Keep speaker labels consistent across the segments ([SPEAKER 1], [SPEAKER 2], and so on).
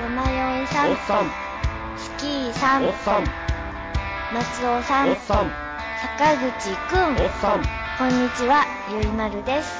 [SPEAKER 1] さん
[SPEAKER 2] さん
[SPEAKER 1] スキーさん
[SPEAKER 2] おっさん
[SPEAKER 1] 松尾さ
[SPEAKER 2] お
[SPEAKER 1] ん
[SPEAKER 2] っさん
[SPEAKER 1] 坂口くん
[SPEAKER 2] おっさん
[SPEAKER 1] こんにちはゆいまるです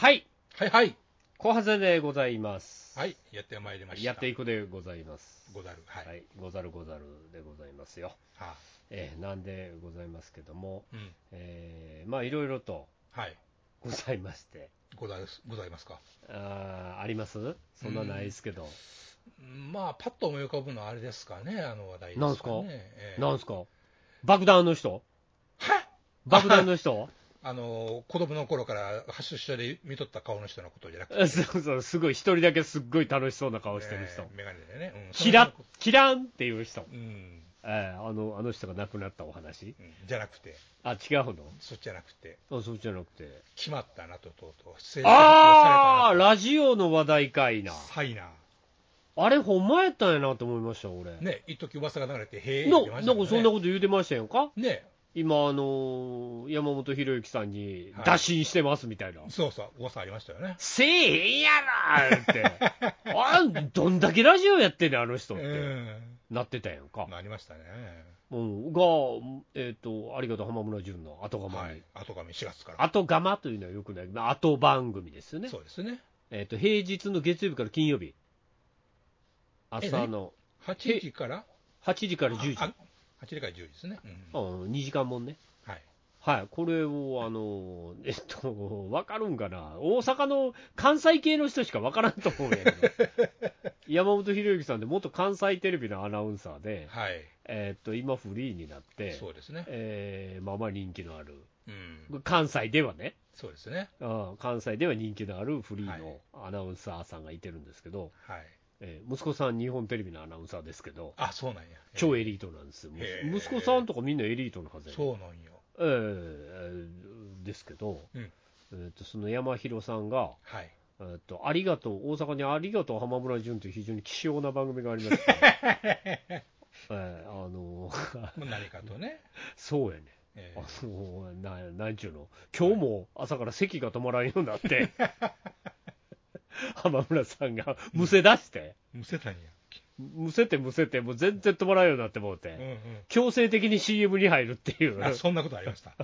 [SPEAKER 3] はい。
[SPEAKER 4] はいはい。
[SPEAKER 3] 後半戦でございます。
[SPEAKER 4] はい。やってまいりました。
[SPEAKER 3] やっていくでございます。
[SPEAKER 4] ござる。はい。
[SPEAKER 3] はい。ござるござるでございますよ。
[SPEAKER 4] はあ
[SPEAKER 3] えーなんでございますけども、
[SPEAKER 4] うん。
[SPEAKER 3] えーまあ、いろいろと
[SPEAKER 4] はい。
[SPEAKER 3] ございまして。
[SPEAKER 4] ござるすございますか。
[SPEAKER 3] あーありますそんなないですけど。
[SPEAKER 4] うんまあ、パッと思い浮かぶのはあれですかね、あの話題
[SPEAKER 3] なんすか
[SPEAKER 4] ええ
[SPEAKER 3] なんすか爆弾の人爆弾の人
[SPEAKER 4] あの、子供の頃から発出所で見とった顔の人のことじゃなくて、
[SPEAKER 3] そうそう、すごい、一人だけすっごい楽しそうな顔してる人。
[SPEAKER 4] ええメガネでね。うん
[SPEAKER 3] キラッ、キランっていう人。
[SPEAKER 4] うん。
[SPEAKER 3] えーあの、あの人が亡くなったお話
[SPEAKER 4] うんじゃなくて、
[SPEAKER 3] あ、違うの
[SPEAKER 4] そっちじゃなくて、
[SPEAKER 3] あ、そうじゃなくて。
[SPEAKER 4] 決まったなと、とうとう、成
[SPEAKER 3] ああ
[SPEAKER 4] 発表
[SPEAKER 3] ラジオの話題かいな。
[SPEAKER 4] されたなと。
[SPEAKER 3] あれ、ほんまやったんやなと思いました、俺。
[SPEAKER 4] はいな。ね、一時噂が流れて、へえ、言って
[SPEAKER 3] な
[SPEAKER 4] ま
[SPEAKER 3] な
[SPEAKER 4] し
[SPEAKER 3] ん
[SPEAKER 4] た
[SPEAKER 3] か
[SPEAKER 4] も
[SPEAKER 3] そんなこと言うてましたやんか
[SPEAKER 4] ね、
[SPEAKER 3] 今、あのー山本博之さんに
[SPEAKER 4] はい
[SPEAKER 3] 打診してますみたい な。
[SPEAKER 4] そうそう、噂ありましたよね。
[SPEAKER 3] せえへんやろって。 あん、どんだけラジオやってんねん、あの人
[SPEAKER 4] う
[SPEAKER 3] って。
[SPEAKER 4] ん。
[SPEAKER 3] なってたやんか。
[SPEAKER 4] ありましたね。
[SPEAKER 3] うん。が、えっ、と、ありがとう浜村淳の後釜に。
[SPEAKER 4] はい、後紙4月から、
[SPEAKER 3] 後釜というのはよくない。まあ後番組ですよね
[SPEAKER 4] そ。うですね、
[SPEAKER 3] えっ、と、平日の月曜日から金曜日。朝の
[SPEAKER 4] 8時から
[SPEAKER 3] 8時から10時。
[SPEAKER 4] あ8時から10時ですね、うん
[SPEAKER 3] うん、2時間もんね。
[SPEAKER 4] はい、
[SPEAKER 3] はい、これを、あの、えっと、わかるんかな、大阪の関西系の人しかわからんと思うんや けど、山本博之さんで元関西テレビのアナウンサーで、
[SPEAKER 4] はい、
[SPEAKER 3] えっと、今フリーになって、
[SPEAKER 4] そうですね、
[SPEAKER 3] えーまあまあ人気のある、
[SPEAKER 4] うん、
[SPEAKER 3] 関西ではね、
[SPEAKER 4] そうですね、
[SPEAKER 3] うん関西では人気のあるフリー
[SPEAKER 4] はい
[SPEAKER 3] のアナウンサーさんがいてるんですけど、
[SPEAKER 4] はい、
[SPEAKER 3] えー息子さん、日本テレビのアナウンサーですけど、
[SPEAKER 4] あそうなんや、
[SPEAKER 3] 超
[SPEAKER 4] え
[SPEAKER 3] エリートなんですよ、
[SPEAKER 4] へー
[SPEAKER 3] 息子さんとかみんなエリートのはず
[SPEAKER 4] え
[SPEAKER 3] やね
[SPEAKER 4] そうなんよ、
[SPEAKER 3] えーですけど、
[SPEAKER 4] うん
[SPEAKER 3] えー、とその山広さんが、
[SPEAKER 4] はい、
[SPEAKER 3] えーと、ありがとう、大阪にありがとう浜村淳という非常に希少な番組がありま して、えーあの
[SPEAKER 4] まあ、何かとね、
[SPEAKER 3] そうやね、
[SPEAKER 4] ええ
[SPEAKER 3] あのななんちゅうの、今日も朝から席が止まらんようになって、 浜村さんがむせ出して、
[SPEAKER 4] むせたんや、
[SPEAKER 3] むせてむせて、もう全然止まらんようになってもうて。
[SPEAKER 4] うん
[SPEAKER 3] 強制的に CM に入るっていう
[SPEAKER 4] うん、、あそんなことあり ました、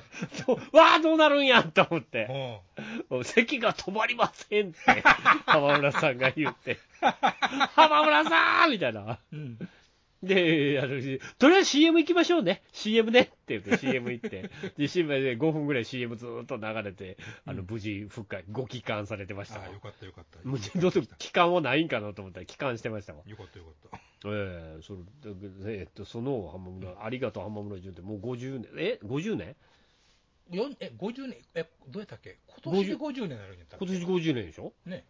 [SPEAKER 3] そうわあ、どうなるんやと思って、
[SPEAKER 4] うん、
[SPEAKER 3] 席が止まりませんって、 浜村さんが言って、浜村さんみたいな。
[SPEAKER 4] うん、
[SPEAKER 3] で、あの、とりあえず CM 行きましょうね。CM ね。って言って CM 行って、で、CM で5分ぐらい CM ずーっと流れて、あの、無事復活、ご帰還されてましたわ
[SPEAKER 4] あよかった、よかった、
[SPEAKER 3] もう二度と帰還はないんかなと思ったら帰還してましたわ。
[SPEAKER 4] よかった、よかっ
[SPEAKER 3] ええそれえっと、その浜村、ありがとう浜村淳ってもう50年、え ?50 年
[SPEAKER 4] た、よんえ50年、えどうやったっけ、今年で50年になるんやったっけ
[SPEAKER 3] 今年50年でしょ
[SPEAKER 4] ね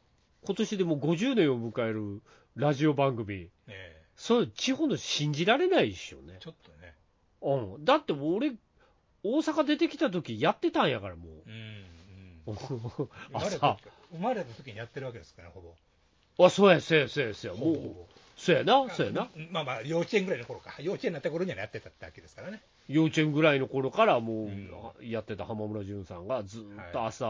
[SPEAKER 3] 今年でもう50年を迎えるラジオ番組。
[SPEAKER 4] え
[SPEAKER 3] それ地方の信じられないっしょね
[SPEAKER 4] え、ちょっとね、
[SPEAKER 3] うん、だって俺大阪出てきた時やってたんやからも
[SPEAKER 4] う
[SPEAKER 3] う
[SPEAKER 4] ん、うん、生まれた
[SPEAKER 3] 朝
[SPEAKER 4] 時生まれた時にやってるわけですから、ほぼ。
[SPEAKER 3] あそうやそうやそうやそうやも
[SPEAKER 4] ほぼ
[SPEAKER 3] うそうやなそうやな。
[SPEAKER 4] まあまあ、幼稚園ぐらいの頃か。幼稚園になった頃にはやってたってわけですからね。
[SPEAKER 3] 幼稚園ぐらいの頃からも
[SPEAKER 4] うん
[SPEAKER 3] うやってた浜村淳さんがずっと朝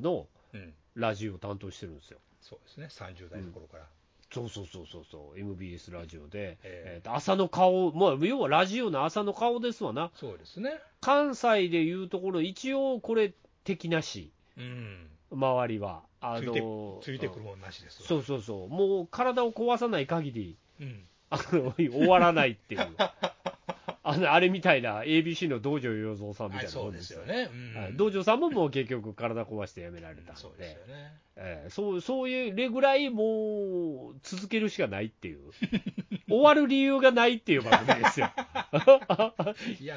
[SPEAKER 3] の
[SPEAKER 4] うん。
[SPEAKER 3] ラジオを担当してるんですよ
[SPEAKER 4] そうですね。30代の頃から。
[SPEAKER 3] そうそうそうそうそう MBS ラジオで、え
[SPEAKER 4] ええ
[SPEAKER 3] ーと朝の顔、まあ、要はラジオの朝の顔ですわな
[SPEAKER 4] そうですね。
[SPEAKER 3] 関西でいうところ一応これ的なし
[SPEAKER 4] うん。
[SPEAKER 3] 周りはあ
[SPEAKER 4] つい
[SPEAKER 3] の
[SPEAKER 4] て、ついてくるもんなしですわ
[SPEAKER 3] そうそうそう、もう体を壊さない限り、
[SPEAKER 4] うん。
[SPEAKER 3] あの終わらないって いう、あのあれみたいな、ABC の道場洋蔵さんみた
[SPEAKER 4] はいい、
[SPEAKER 3] なも
[SPEAKER 4] そ
[SPEAKER 3] ん
[SPEAKER 4] うですよ。ね。うん
[SPEAKER 3] はい道場さんももう結局、体壊してやめられた
[SPEAKER 4] そ
[SPEAKER 3] ん
[SPEAKER 4] うです
[SPEAKER 3] で
[SPEAKER 4] よ、ね。
[SPEAKER 3] えーそうそういうぐらいもう続けるしかないっていう、 終わる理由がないっていう番組ですよ、
[SPEAKER 4] いや、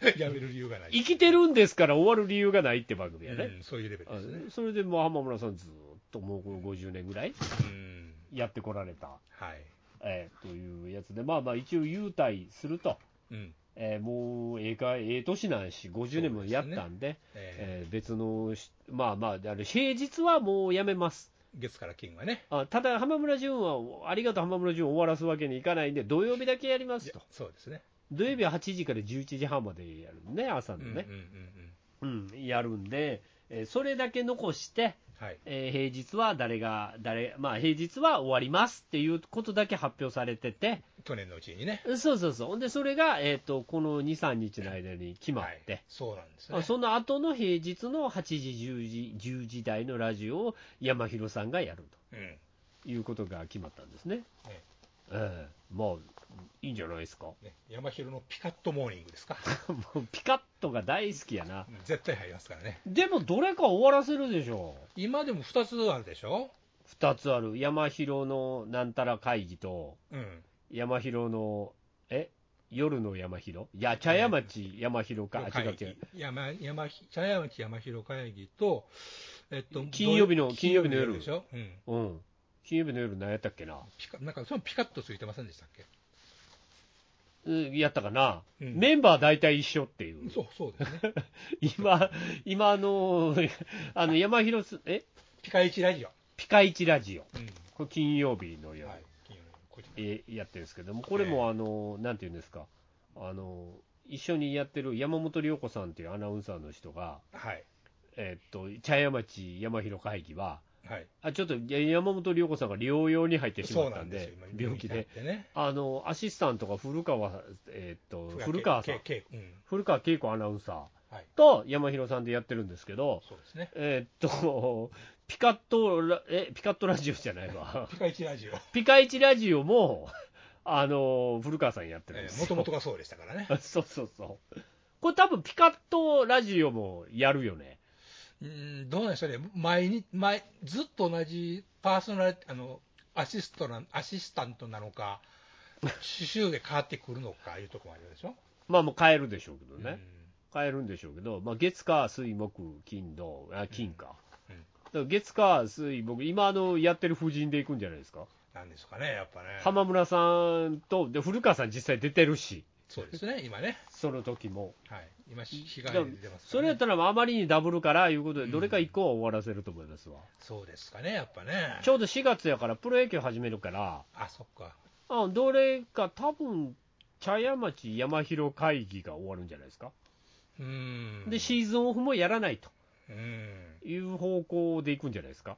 [SPEAKER 4] やめる理由がない。
[SPEAKER 3] 生きてるんですから終わる理由がないって番組やね、
[SPEAKER 4] うん、そういうレベルですね。
[SPEAKER 3] あそれでもう浜村さん、ずっともう50年ぐらい
[SPEAKER 4] うん。
[SPEAKER 3] やってこられた
[SPEAKER 4] はい。
[SPEAKER 3] えーというやつで、まあまあ、一応、優待すると、
[SPEAKER 4] うん。
[SPEAKER 3] えーもうええかええ年なんやし、50年もやったんで、
[SPEAKER 4] え
[SPEAKER 3] えー別のし、まあまあ、あれ平日はもうやめます、
[SPEAKER 4] ー月から金はね。
[SPEAKER 3] あただ、浜村淳は、ありがとう、浜村淳を終わらすわけにいかないんで、土曜日だけやりますと、
[SPEAKER 4] そうですね。
[SPEAKER 3] 土曜日は8時から11時半までやるね、朝
[SPEAKER 4] う
[SPEAKER 3] の
[SPEAKER 4] んうんうん
[SPEAKER 3] ね、うんやるんで、えーそれだけ残して、
[SPEAKER 4] はい。
[SPEAKER 3] えー平日は誰が、誰、まあ、平日は終わりますっていうことだけ発表されてて、
[SPEAKER 4] 去年のうちにね。
[SPEAKER 3] そうそうそう、ほんで、それが、えっとこの2、3日の間に決まって、
[SPEAKER 4] はいそうなんです
[SPEAKER 3] あ
[SPEAKER 4] ね。
[SPEAKER 3] その後の平日の8時、10時、10時台のラジオを山広さんがやる
[SPEAKER 4] うん。
[SPEAKER 3] ということが決まったんですね。
[SPEAKER 4] ね
[SPEAKER 3] ええまあ、いいんじゃない ですか。も
[SPEAKER 4] ね、山広のピカットモーニングですか。
[SPEAKER 3] うピカットが大好きやな。
[SPEAKER 4] 絶対入りますからね。
[SPEAKER 3] でも、どれか終わらせるでしょ
[SPEAKER 4] 今でも2つあるでしょ
[SPEAKER 3] う。2つある。山広のなんたら会議と、
[SPEAKER 4] うん。
[SPEAKER 3] 山広の、え夜の山広いや、茶屋町山広か。あ違う違う。
[SPEAKER 4] 山、山、茶屋町山広会議と、えっと、
[SPEAKER 3] 金曜日の
[SPEAKER 4] 土
[SPEAKER 3] 金曜日の夜
[SPEAKER 4] でしょうん。
[SPEAKER 3] うん。金曜日の夜何やったっけな。
[SPEAKER 4] ピカなんか、そのピカッとついてませんでしたっけ
[SPEAKER 3] うんやったかな、
[SPEAKER 4] うん
[SPEAKER 3] メンバー大体一緒っていう。
[SPEAKER 4] そう、そうですね。
[SPEAKER 3] 今、今あのーあの山広す、え
[SPEAKER 4] ピカイチラジオ。
[SPEAKER 3] ピカイチラジオ、
[SPEAKER 4] うん。
[SPEAKER 3] これ金曜日の夜、
[SPEAKER 4] はい。金曜日のこちら
[SPEAKER 3] えやってるんですけども、これ
[SPEAKER 4] え
[SPEAKER 3] も、あのーなんていうんですか、あのー一緒にやってる山本涼子さんっていうアナウンサーの人が、
[SPEAKER 4] はい。
[SPEAKER 3] えっと茶屋町山広会議は、
[SPEAKER 4] はい。
[SPEAKER 3] あちょっといや山本涼子さんが療養に入ってしま
[SPEAKER 4] そう
[SPEAKER 3] っ
[SPEAKER 4] な
[SPEAKER 3] た
[SPEAKER 4] ん
[SPEAKER 3] ん
[SPEAKER 4] で
[SPEAKER 3] で、
[SPEAKER 4] すよ。今
[SPEAKER 3] 病気で。。
[SPEAKER 4] になってね。
[SPEAKER 3] あのアシスタントが古川,、えっと古川さん
[SPEAKER 4] け、けけうん。
[SPEAKER 3] 古川恵子アナウンサ
[SPEAKER 4] はい。
[SPEAKER 3] ーと山広さんでやってるんですけど、
[SPEAKER 4] そうですね。
[SPEAKER 3] えーっと、 ピカットラ、え、ピカットラジオじゃないわ。
[SPEAKER 4] ピカイチラジオ。
[SPEAKER 3] ピカイチラジオも、あの、古川さんやってるんで
[SPEAKER 4] え
[SPEAKER 3] す
[SPEAKER 4] も
[SPEAKER 3] よ。
[SPEAKER 4] ともとがそうでしたからね。
[SPEAKER 3] そうそうそう。これ多分ピカットラジオもやるよね。
[SPEAKER 4] うん、どうなんでしょうね。毎日、毎、ずっと同じパーソナリティ、あの、アシストな、アシスタントなのか、週で変わってくるのか、いうところもあるでしょ。
[SPEAKER 3] まあもう変えるでしょうけど
[SPEAKER 4] う
[SPEAKER 3] ね。
[SPEAKER 4] ん
[SPEAKER 3] 変えるんでしょうけど、まあ月火水木金土、あ、金か。
[SPEAKER 4] うん
[SPEAKER 3] だから月火水木、今あの、やってる婦人で行くんじゃないですか。
[SPEAKER 4] なんですかね、やっぱね。
[SPEAKER 3] 浜村さんと、で、古川さん実際出てるし、
[SPEAKER 4] そうですね、今ね。
[SPEAKER 3] その時も。
[SPEAKER 4] はい。今、し被害に出てます
[SPEAKER 3] そ
[SPEAKER 4] から
[SPEAKER 3] れ
[SPEAKER 4] ね、
[SPEAKER 3] やったらあまりにダブルからいうことで、
[SPEAKER 4] うん
[SPEAKER 3] どれか1個は終わらせると思いますわ、
[SPEAKER 4] そうですかね、やっぱね
[SPEAKER 3] ち。ょうど4月やから、プロ野球始めるから、
[SPEAKER 4] あ、そっか。
[SPEAKER 3] あどれか、多分茶屋町山広会議が終わるんじゃないですか、
[SPEAKER 4] うん。
[SPEAKER 3] でシーズンオフもやらないと
[SPEAKER 4] うん。
[SPEAKER 3] いう方向でいくんじゃないですか、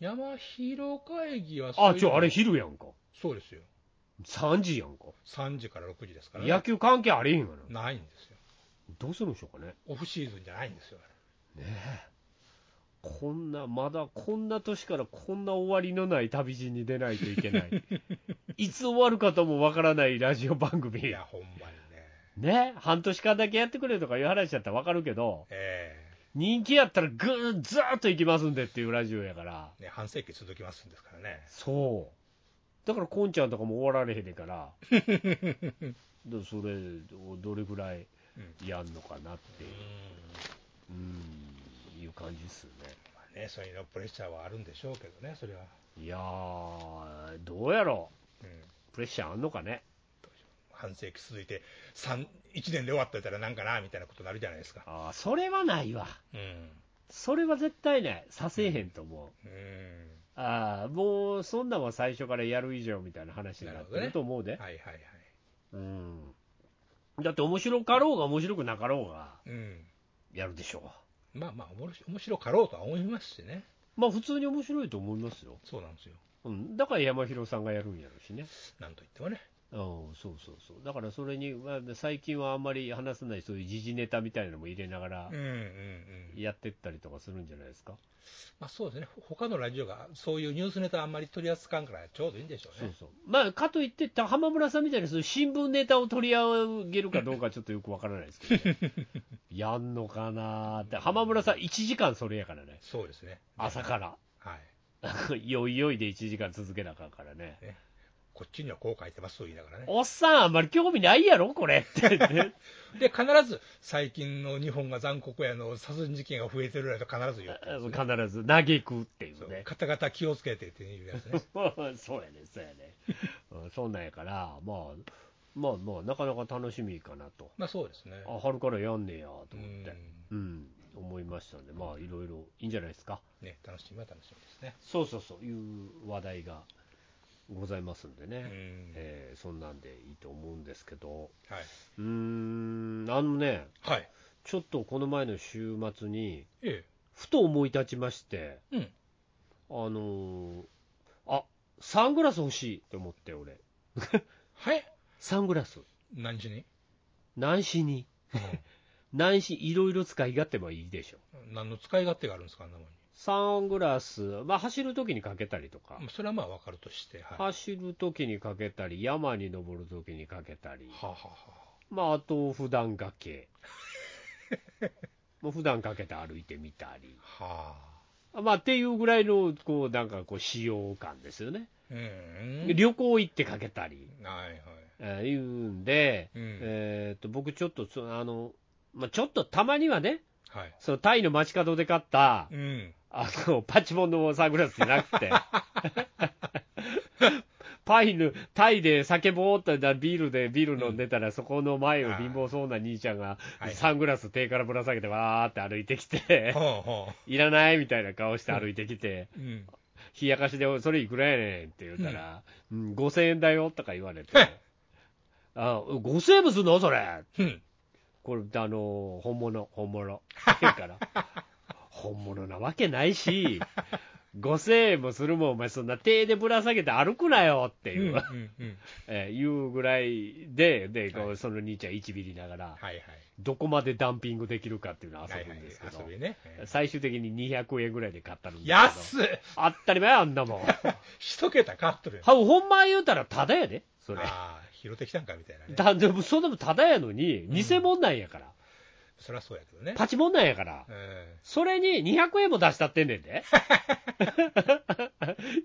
[SPEAKER 4] 山広会議は
[SPEAKER 3] あちょ、あれ、
[SPEAKER 4] ひ
[SPEAKER 3] 昼やんか、
[SPEAKER 4] そうですよ。
[SPEAKER 3] 3時やんか、
[SPEAKER 4] 3時から6時ですから、
[SPEAKER 3] 野球関係ありえへんがな、
[SPEAKER 4] ないんですよ。
[SPEAKER 3] どうするんでしょうかね、
[SPEAKER 4] オフシーズンじゃないんですよ。
[SPEAKER 3] こんな、まだこんな年からこんな終わりのない旅路に出ないといけ ない、いつ終わるかともわからないラジオ番組。
[SPEAKER 4] いや、ほんまにね。
[SPEAKER 3] ね、半年間だけやってくれとかいう話だったらわかるけど、
[SPEAKER 4] え
[SPEAKER 3] 人気やったらぐーずーっと行きますんでっていうラジオやから、
[SPEAKER 4] えね、半世紀続きますんですからね。
[SPEAKER 3] そう。だから、こんちゃんとかも終わられへんねん から、でそれをどれぐらいやんのかなって、
[SPEAKER 4] うん。
[SPEAKER 3] うん、いう感じっすよ
[SPEAKER 4] まあね、それのプレッシャーはあるんでしょうけどね、それは。
[SPEAKER 3] ね。いやー、どうやろ
[SPEAKER 4] うん。
[SPEAKER 3] う、プレッシャーあんのかね。
[SPEAKER 4] 半世紀続いて、三一年で終わってたらなんかな、みたいなことになるじゃないですか。
[SPEAKER 3] あーそれはないわ。
[SPEAKER 4] うん。
[SPEAKER 3] それは絶対ない。させへんと思う。
[SPEAKER 4] うん。
[SPEAKER 3] ああ、もう、そんなんは最初からやる以上みたいな話になってると思うで。
[SPEAKER 4] はいはいはい。
[SPEAKER 3] うんだって面白かろうが面白くなかろうが
[SPEAKER 4] うん。
[SPEAKER 3] やるでしょ
[SPEAKER 4] まあまあ、おもろし面白かろうとは思いますしね。
[SPEAKER 3] う。まあ普通に面白いと思いますよ。
[SPEAKER 4] そうなんですよ。
[SPEAKER 3] うん、だから山広さんがやるんやろうしね。
[SPEAKER 4] なんといってもね。
[SPEAKER 3] うん、そうそうそう。だからそれに、まあ、最近はあんまり話さないそういう時事ネタみたいなのも入れながら
[SPEAKER 4] うんうんうん。
[SPEAKER 3] やってったりとかするんじゃないですか。
[SPEAKER 4] まあ、そうですね、ほ他のラジオがそういうニュースネタあんまり取り扱わんからちょうどいいんでしょう
[SPEAKER 3] そう
[SPEAKER 4] ね。
[SPEAKER 3] そう。まあかといって、た浜村さんみたいにそういう新聞ネタを取り上げるかどうかちょっとよくわからないですけど、ね、 やんのかなーって。浜村さん1時間それやからね。
[SPEAKER 4] そうですね。
[SPEAKER 3] 朝から。
[SPEAKER 4] はい。
[SPEAKER 3] よいよいで1時間続けなあかんからね。
[SPEAKER 4] こっちにはこう書いてますと言いながらね。
[SPEAKER 3] おっさんあんまり興味ないやろこれって、
[SPEAKER 4] で、必ず最近の日本が残酷やの殺人事件が増えてるやと必ず言う。
[SPEAKER 3] 必ず嘆くってい
[SPEAKER 4] そうう
[SPEAKER 3] ね。
[SPEAKER 4] 方々気をつけてっていうや つね。
[SPEAKER 3] そうやね、そうやね。うんそんなんやから、まあ、まあまあ、なかなか楽しみかなと。
[SPEAKER 4] まあそうですね。
[SPEAKER 3] あ、春からやんねやと
[SPEAKER 4] う
[SPEAKER 3] 思っ
[SPEAKER 4] ん
[SPEAKER 3] て。うん、思いましたんで、まあ、いろいろいいんじゃないですか。
[SPEAKER 4] ね、楽しみは楽しみですね。
[SPEAKER 3] そうそうそう、いう話題がございますんでね。
[SPEAKER 4] うん
[SPEAKER 3] えーそんなんでいいと思うんですけど、
[SPEAKER 4] はい。
[SPEAKER 3] うーん、あのね、
[SPEAKER 4] はい。
[SPEAKER 3] ちょっとこの前の週末に、
[SPEAKER 4] ええ。
[SPEAKER 3] ふと思い立ちまして、
[SPEAKER 4] うん
[SPEAKER 3] あのーあサングラス欲しいって思って、俺、
[SPEAKER 4] はい
[SPEAKER 3] サングラス、
[SPEAKER 4] 何しに
[SPEAKER 3] 何しに、 何し、いろいろ使い勝手もいいでしょ、
[SPEAKER 4] 何の使い勝手があるんですか、あんなもんに
[SPEAKER 3] サングラス、まあ、走るときにかけたりとか
[SPEAKER 4] まあ、それはまあ分かるとして、はい、は
[SPEAKER 3] 走るときにかけたり、山に登るときにかけたり、
[SPEAKER 4] あはあは
[SPEAKER 3] まあ、あと、普段かけ。 もう普段かけて歩いてみたり、
[SPEAKER 4] あはあ、
[SPEAKER 3] まあ、っていうぐらいのこうなんかこう使用感ですよね、
[SPEAKER 4] うん、
[SPEAKER 3] で旅行行ってかけたり、
[SPEAKER 4] はいはい、
[SPEAKER 3] えーいうんで、
[SPEAKER 4] うん
[SPEAKER 3] えー、と僕、ちょっとそあの、まあ、ちょっとたまにはね、
[SPEAKER 4] はい、
[SPEAKER 3] そのタイの街角で買った
[SPEAKER 4] うん、
[SPEAKER 3] あのパチモンのサングラスじゃなく て、パイのタイで酒ぼーっとだビールでビール飲んでたら、そこの前を貧乏そうな兄ちゃんが、
[SPEAKER 4] はい
[SPEAKER 3] サングラス手からぶら下げて、わーって歩いてきて、
[SPEAKER 4] はあはあ、
[SPEAKER 3] いらないみたいな顔して歩いてきて。
[SPEAKER 4] うん、
[SPEAKER 3] 冷やかしで、それいくらやねんって言ったら、うん5000円だよとか言われて
[SPEAKER 4] へっ、
[SPEAKER 3] あ5000円もすんのそれ、
[SPEAKER 4] うん、
[SPEAKER 3] これ、あの本物、本物って言うから、 本物なわけない し、5000円もするもん、お前、そんな手でぶら下げて歩くなよって
[SPEAKER 4] う
[SPEAKER 3] いう、
[SPEAKER 4] ん、うん、はい
[SPEAKER 3] え言うぐらいで、でこう
[SPEAKER 4] はい
[SPEAKER 3] その兄ちゃん、1ビリながら、
[SPEAKER 4] はい、
[SPEAKER 3] どこまでダンピングできるかっていうのを
[SPEAKER 4] は
[SPEAKER 3] 遊
[SPEAKER 4] い
[SPEAKER 3] ぶ
[SPEAKER 4] は
[SPEAKER 3] ん
[SPEAKER 4] い
[SPEAKER 3] ですけど、、
[SPEAKER 4] 遊びね、
[SPEAKER 3] 最終的に200円ぐらいで買ったんですけど、
[SPEAKER 4] 安い、
[SPEAKER 3] あったり前あんなも ん。
[SPEAKER 4] 一桁買っとるやん、
[SPEAKER 3] はほんま言うたらただやで、それ。
[SPEAKER 4] ああ、拾ってきたんかみたいなね、
[SPEAKER 3] だでもそんなもんただやのに、偽物なんやから、
[SPEAKER 4] そりゃそうやけどね、
[SPEAKER 3] パチモンなんやから、
[SPEAKER 4] うん、
[SPEAKER 3] それに200円も出したってんねん で。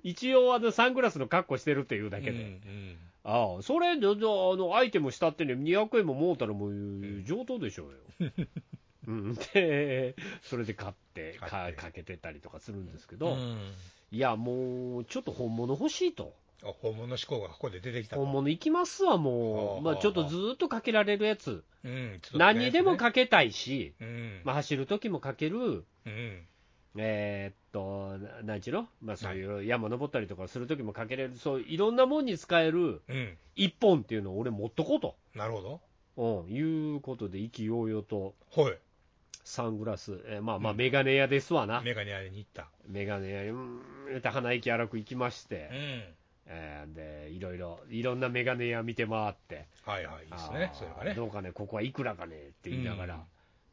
[SPEAKER 3] 一応、あの、サングラスの格好してるっていうだけで。
[SPEAKER 4] うん、
[SPEAKER 3] ああ、それで、であの、アイテムしたってね、200円ももうたらもう、上等でしょうよ。うん、で、それで買って
[SPEAKER 4] 買
[SPEAKER 3] か
[SPEAKER 4] って、
[SPEAKER 3] かけてたりとかするんですけ
[SPEAKER 4] う
[SPEAKER 3] ど、
[SPEAKER 4] ん、
[SPEAKER 3] いや、もう、ちょっと本物欲しいと。
[SPEAKER 4] あ本物志向がここで出てきたと
[SPEAKER 3] 本物いきますわ、も
[SPEAKER 4] ああ
[SPEAKER 3] う。まあ、ちょっと
[SPEAKER 4] ああ
[SPEAKER 3] ずーっとかけられるやつ。
[SPEAKER 4] うん、ちょっとね
[SPEAKER 3] 何にでも、かけたいし、
[SPEAKER 4] うん、
[SPEAKER 3] まあ、走る時もかける、
[SPEAKER 4] うん、
[SPEAKER 3] えーっと、ななんちゅうの、まあ、そういう山登ったりとかする時もかけれる、そういろんなもんに使える
[SPEAKER 4] うん、
[SPEAKER 3] 一本っていうのを俺、持っとこうと、
[SPEAKER 4] なるほど、
[SPEAKER 3] うん、いうことで、意気揚々と
[SPEAKER 4] ほい、
[SPEAKER 3] サングラス、えーまあまあ、
[SPEAKER 4] うん
[SPEAKER 3] メガネ屋ですわな、
[SPEAKER 4] メガネ屋に行った、
[SPEAKER 3] メガネ屋に、うーんって鼻息荒く行きまし
[SPEAKER 4] う
[SPEAKER 3] て、
[SPEAKER 4] ん、
[SPEAKER 3] えーでいろいろ、いろんなメガネ屋見て回って、
[SPEAKER 4] はいはい、いいです
[SPEAKER 3] あ
[SPEAKER 4] ね、
[SPEAKER 3] ー
[SPEAKER 4] それがね。
[SPEAKER 3] どうかね、ここはいくらかねって言いながら、
[SPEAKER 4] うん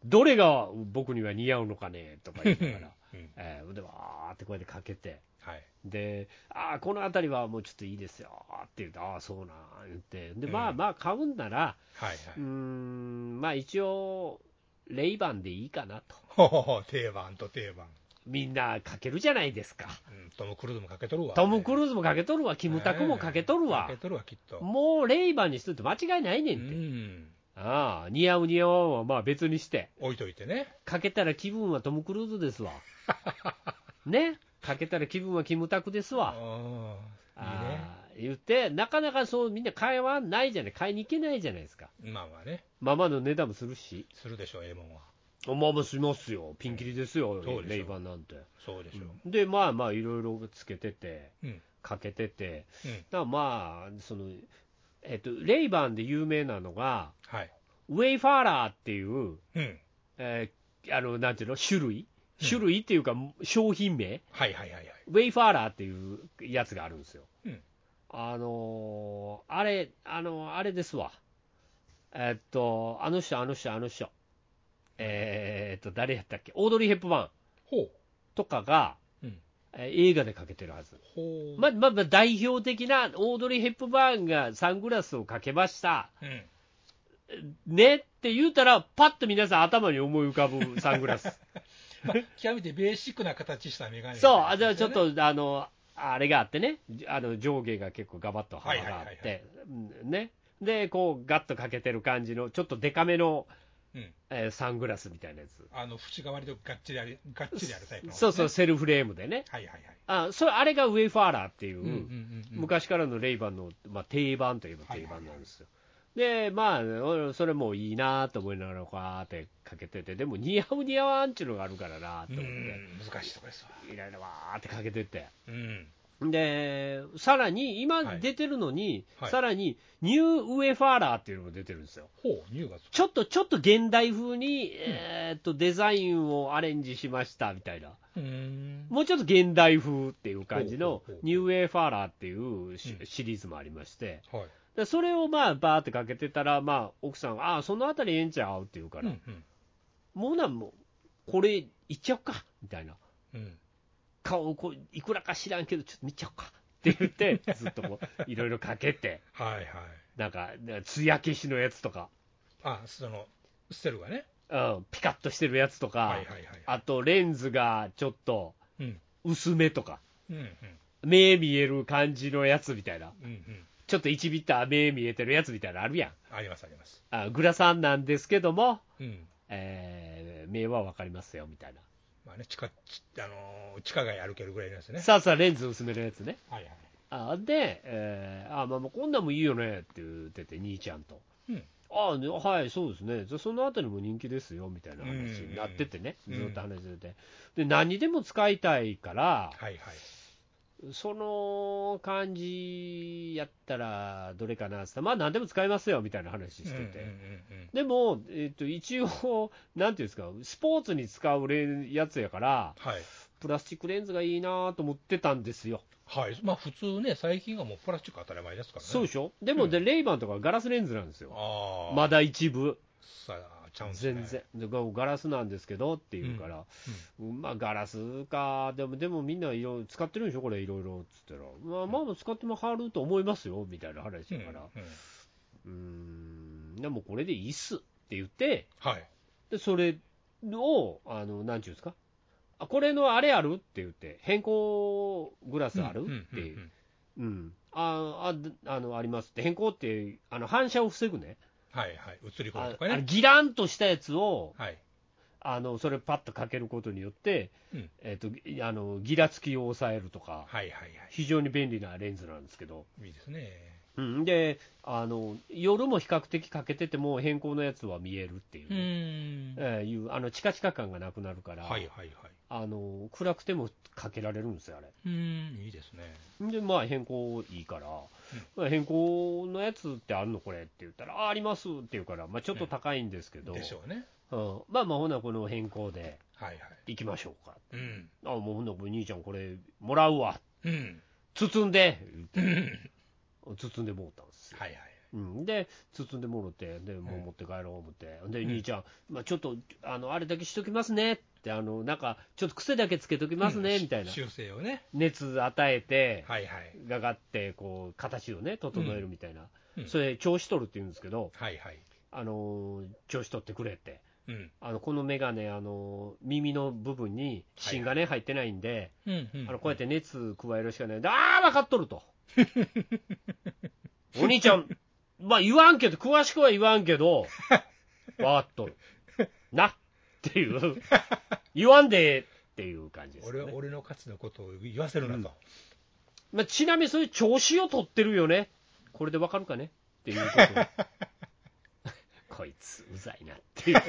[SPEAKER 3] どれが僕には似合うのかねとか言いなが ら。
[SPEAKER 4] うん
[SPEAKER 3] えー、で、わーってこうやってかけて、
[SPEAKER 4] はい、
[SPEAKER 3] で、ああ、この辺りはもうちょっといいですよって言うと、ああ、そうなん言って、で、ま
[SPEAKER 4] う
[SPEAKER 3] あ
[SPEAKER 4] ん
[SPEAKER 3] まあ、買うんなら、
[SPEAKER 4] はい、は
[SPEAKER 3] うー
[SPEAKER 4] い。
[SPEAKER 3] ん、まあ一応、レイバンでいいかなと、
[SPEAKER 4] ほほほ、定番と定番。
[SPEAKER 3] みんなかけるじゃないですか、
[SPEAKER 4] うんトム・クルーズもかけとるわ。
[SPEAKER 3] トム・クル
[SPEAKER 4] ー
[SPEAKER 3] ーズもかけとるわ、キムタクもかけとるわ
[SPEAKER 4] かけ、とるわ、きっと。
[SPEAKER 3] もうレイバンにしとって間違いないね
[SPEAKER 4] うん
[SPEAKER 3] て、
[SPEAKER 4] ん。
[SPEAKER 3] ああ、似合う似合わんはまあ別にして、
[SPEAKER 4] 置いといてね。
[SPEAKER 3] かけたら気分はトム・クルーズです わ、ね、かけたら気分はキムタクですわ。
[SPEAKER 4] ああ
[SPEAKER 3] あー言って、なかなかそうみんな買わないじゃない、買いに行けないじゃないですか、
[SPEAKER 4] いいね。まあまあね、
[SPEAKER 3] まあまあの値段もするし、
[SPEAKER 4] するでしょう、ええもんは。
[SPEAKER 3] まあまあしますよ、ピンキリですよ、
[SPEAKER 4] そうでしょ
[SPEAKER 3] レイバンなんて。
[SPEAKER 4] そうでしょう。
[SPEAKER 3] で、まあまあ、いろいろつけてて、
[SPEAKER 4] うん。
[SPEAKER 3] かけてて、
[SPEAKER 4] うん。
[SPEAKER 3] だからまあ、その、えっと、レイバンで有名なのが、
[SPEAKER 4] はい。
[SPEAKER 3] ウェイファーラーっていう、
[SPEAKER 4] うん。
[SPEAKER 3] えーあのなんていうの、種類、種類っていうか、商品名、
[SPEAKER 4] はいはいはいはい。
[SPEAKER 3] ウェイファーラーっていうやつがあるんですよ。
[SPEAKER 4] うん
[SPEAKER 3] あのーあれ、あのーあれですわ。えっと、あの人、あの人、あの人。えーっと、誰やったっけオードリー・ヘップバーン
[SPEAKER 4] ほう。
[SPEAKER 3] とかが、
[SPEAKER 4] うん
[SPEAKER 3] えー映画でかけてるはず。
[SPEAKER 4] ほう。
[SPEAKER 3] まあ、まあ、まあ代表的なオードリー・ヘップバーンがサングラスをかけました。
[SPEAKER 4] うん。
[SPEAKER 3] ねって言うたら、パッと皆さん頭に思い浮かぶサングラス。
[SPEAKER 4] まあ、極めてベーシックな形したメガネ。
[SPEAKER 3] そう、あじゃあちょっ。と、あの、あれがあってね、あの上下が結構ガバッと幅があ
[SPEAKER 4] はい
[SPEAKER 3] っ
[SPEAKER 4] はいはい
[SPEAKER 3] て、うんね。で、こう、ガッとかけてる感じの、ちょっとデカめの、
[SPEAKER 4] うん。
[SPEAKER 3] えーサングラスみたいなやつ。
[SPEAKER 4] あの、縁代わりとがっちりある、がっちりあるタイプの。
[SPEAKER 3] そうそう、。セルフレームでね。
[SPEAKER 4] はいはいはい。
[SPEAKER 3] あ、それ、あれがウェイファーラーっていう、
[SPEAKER 4] うんうんうん。
[SPEAKER 3] 昔からのレイバンの、まあ、定番といえば定番なんですよ。で、まあ、俺それもいいなと思いながら、こうやってかけてて、でも似合う似合わんっていうのがあるからなと
[SPEAKER 4] う
[SPEAKER 3] 思って、
[SPEAKER 4] ん。難しいとこですわ。
[SPEAKER 3] いろいろわーってかけてて。
[SPEAKER 4] うん。
[SPEAKER 3] で、さらに、
[SPEAKER 4] は
[SPEAKER 3] 今
[SPEAKER 4] い
[SPEAKER 3] 出てるのに、
[SPEAKER 4] はい
[SPEAKER 3] さらに、ニューウェファーラーっていうのも出てるんですよ。
[SPEAKER 4] ほう、ニューが
[SPEAKER 3] ちょっと、ちょっと現代風に、えーっと、デザインをアレンジしましたみたいな。
[SPEAKER 4] うーん。
[SPEAKER 3] もうちょっと現代風っていう感じの
[SPEAKER 4] ほうほうほう
[SPEAKER 3] ニューウェーファーラーっていうシ
[SPEAKER 4] うん
[SPEAKER 3] シリーズもありまして、
[SPEAKER 4] はい。
[SPEAKER 3] でそれをまあバーってかけてたら、まあ、奥さんが、ああ、そのあたりええんちゃうって言うか
[SPEAKER 4] う
[SPEAKER 3] ら、
[SPEAKER 4] ん、うん。
[SPEAKER 3] もうなんもう、これいっちゃおうかみたいな、
[SPEAKER 4] うん。
[SPEAKER 3] 顔こういくらか知らんけど、ちょっと見ちゃおうかって言 って、ずっとこういろいろかけて、
[SPEAKER 4] はいはい。
[SPEAKER 3] なんか、艶消しのやつとか、
[SPEAKER 4] あ、その、ステルがね。
[SPEAKER 3] うん、ピカッとしてるやつとか、
[SPEAKER 4] はいはいはい。
[SPEAKER 3] あとレンズがちょっと
[SPEAKER 4] うん。
[SPEAKER 3] 薄めとか、
[SPEAKER 4] うん、うん。
[SPEAKER 3] 目見える感じのやつみたいな。
[SPEAKER 4] うん、うん。
[SPEAKER 3] ちょっと1ビッター目見えてるやつみたいなのあるやん。
[SPEAKER 4] ありますあります。
[SPEAKER 3] あグラさんなんですけども、
[SPEAKER 4] うん。
[SPEAKER 3] えー目はわかりますよみたいな。
[SPEAKER 4] まあね、地下、ちあのー地下街歩けるぐらいのやつね。
[SPEAKER 3] さあさあレンズ薄めのやつね。
[SPEAKER 4] はいはい。
[SPEAKER 3] あで、えーあまあまあこんなんもいいよねって言ってて、兄ちゃんと。
[SPEAKER 4] うん
[SPEAKER 3] ああ、ねはい、そうですね。じゃあそのあたりも人気ですよみたいな話になっててね、
[SPEAKER 4] うん
[SPEAKER 3] ずっと話してて。で、何でも使いたいから、
[SPEAKER 4] はいはい。
[SPEAKER 3] その感じやったらどれかなって言ったらまあ何でも使いますよみたいな話してて。
[SPEAKER 4] うんうんうんうん
[SPEAKER 3] でも、えっと一応、なんていうんですか、スポーツに使うレンやつやから、
[SPEAKER 4] はい。
[SPEAKER 3] プラスチックレンズがいいなと思ってたんですよ。
[SPEAKER 4] はい。まあ普通ね、最近はもうプラスチック当たり前ですからね。
[SPEAKER 3] そうで
[SPEAKER 4] し
[SPEAKER 3] しょでも、
[SPEAKER 4] うん
[SPEAKER 3] でレイバンとかガラスレンズなんですよ。
[SPEAKER 4] ああ。
[SPEAKER 3] ま。だ一部、
[SPEAKER 4] さあ、ちゃうんですね。
[SPEAKER 3] 全然。。でガガラスなんですけどっていうから、うんまあガラスか、でもでもみんないろいろ使ってるんでしょ、これいろいろっつったら、まあまあまあ使ってもはると思いますよみたいな話
[SPEAKER 4] うん。
[SPEAKER 3] だから、
[SPEAKER 4] うんうん
[SPEAKER 3] うーん、でもこれでいいっすって言って、
[SPEAKER 4] はい。
[SPEAKER 3] で、それを、あの、なんちゅうんですか、あ、これのあれあるって言って、変更グラスある
[SPEAKER 4] うん
[SPEAKER 3] って
[SPEAKER 4] うんうんう、
[SPEAKER 3] いうんうん、あ、あであの、ありますって、変更って、あの、反射を防ぐね、
[SPEAKER 4] はいはい。映り込む
[SPEAKER 3] あ
[SPEAKER 4] とか
[SPEAKER 3] あの
[SPEAKER 4] ね。
[SPEAKER 3] ギランとしたやつを、
[SPEAKER 4] はい。
[SPEAKER 3] あの、それパッとかけることによって、
[SPEAKER 4] うん
[SPEAKER 3] えっと、ぎあの、ギラつきを抑えるとか、
[SPEAKER 4] はいはいは
[SPEAKER 3] 非常に便利なレンズなんですけど、
[SPEAKER 4] い。いいですね。
[SPEAKER 3] うん、であの、夜も比較的かけてても、変更のやつは見えるっていう
[SPEAKER 4] う
[SPEAKER 3] ね、
[SPEAKER 4] ん。はい
[SPEAKER 3] えーいうあのチカチカ感がなくなるから、
[SPEAKER 4] はいはい。
[SPEAKER 3] あの暗くてもかけられるんですよ、あれ。
[SPEAKER 4] うん。いいですね。
[SPEAKER 3] で、まあ、変更いいから、変更のやつってあるの、これって言ったら、あありますって言うから、まあ、ちょっと高いんですけど、
[SPEAKER 4] でしょうね。
[SPEAKER 3] うんまあまあ、ほな、この変更で
[SPEAKER 4] はいはい。
[SPEAKER 3] 行きましょうか。
[SPEAKER 4] うん。
[SPEAKER 3] あもうほな、お兄ちゃん、これもらうわ、
[SPEAKER 4] うん。
[SPEAKER 3] 包ん で、言って包んでもうたんですよ。
[SPEAKER 4] はいはい。
[SPEAKER 3] うん、で、包んでもろて、で、もう持って帰ろう思って、で、兄ちゃん、まあ、ちょっと、あの、あれだけしときますねって、あの、なんか、ちょっと癖だけつけときますね、
[SPEAKER 4] うん
[SPEAKER 3] みたいな。
[SPEAKER 4] 修正をね。
[SPEAKER 3] 熱与えて、
[SPEAKER 4] はいはい。
[SPEAKER 3] がかって、こう、形をね、整えるみたいな。
[SPEAKER 4] うん
[SPEAKER 3] それ、調子取るって言うんですけど、
[SPEAKER 4] はいはい。
[SPEAKER 3] あの、調子取ってくれって。
[SPEAKER 4] うん。
[SPEAKER 3] あの、このメガネ、あの、耳の部分に芯がね、入ってないんで、
[SPEAKER 4] うんうん
[SPEAKER 3] あの、こうやって熱加えるしかない。でああ、分かっとる と。お兄ちゃん、まあ言わんけど、詳しくは言わんけ ど、分かっとる。なっていう。言わんでええっていう感じです、
[SPEAKER 4] 俺は
[SPEAKER 3] ね。
[SPEAKER 4] 俺の勝つのことを言わせるなと。
[SPEAKER 3] まあ、ちなみにそういう調子を取ってるよね。これでわかるかねっていうことを こいつ、うざいなっていう。しっ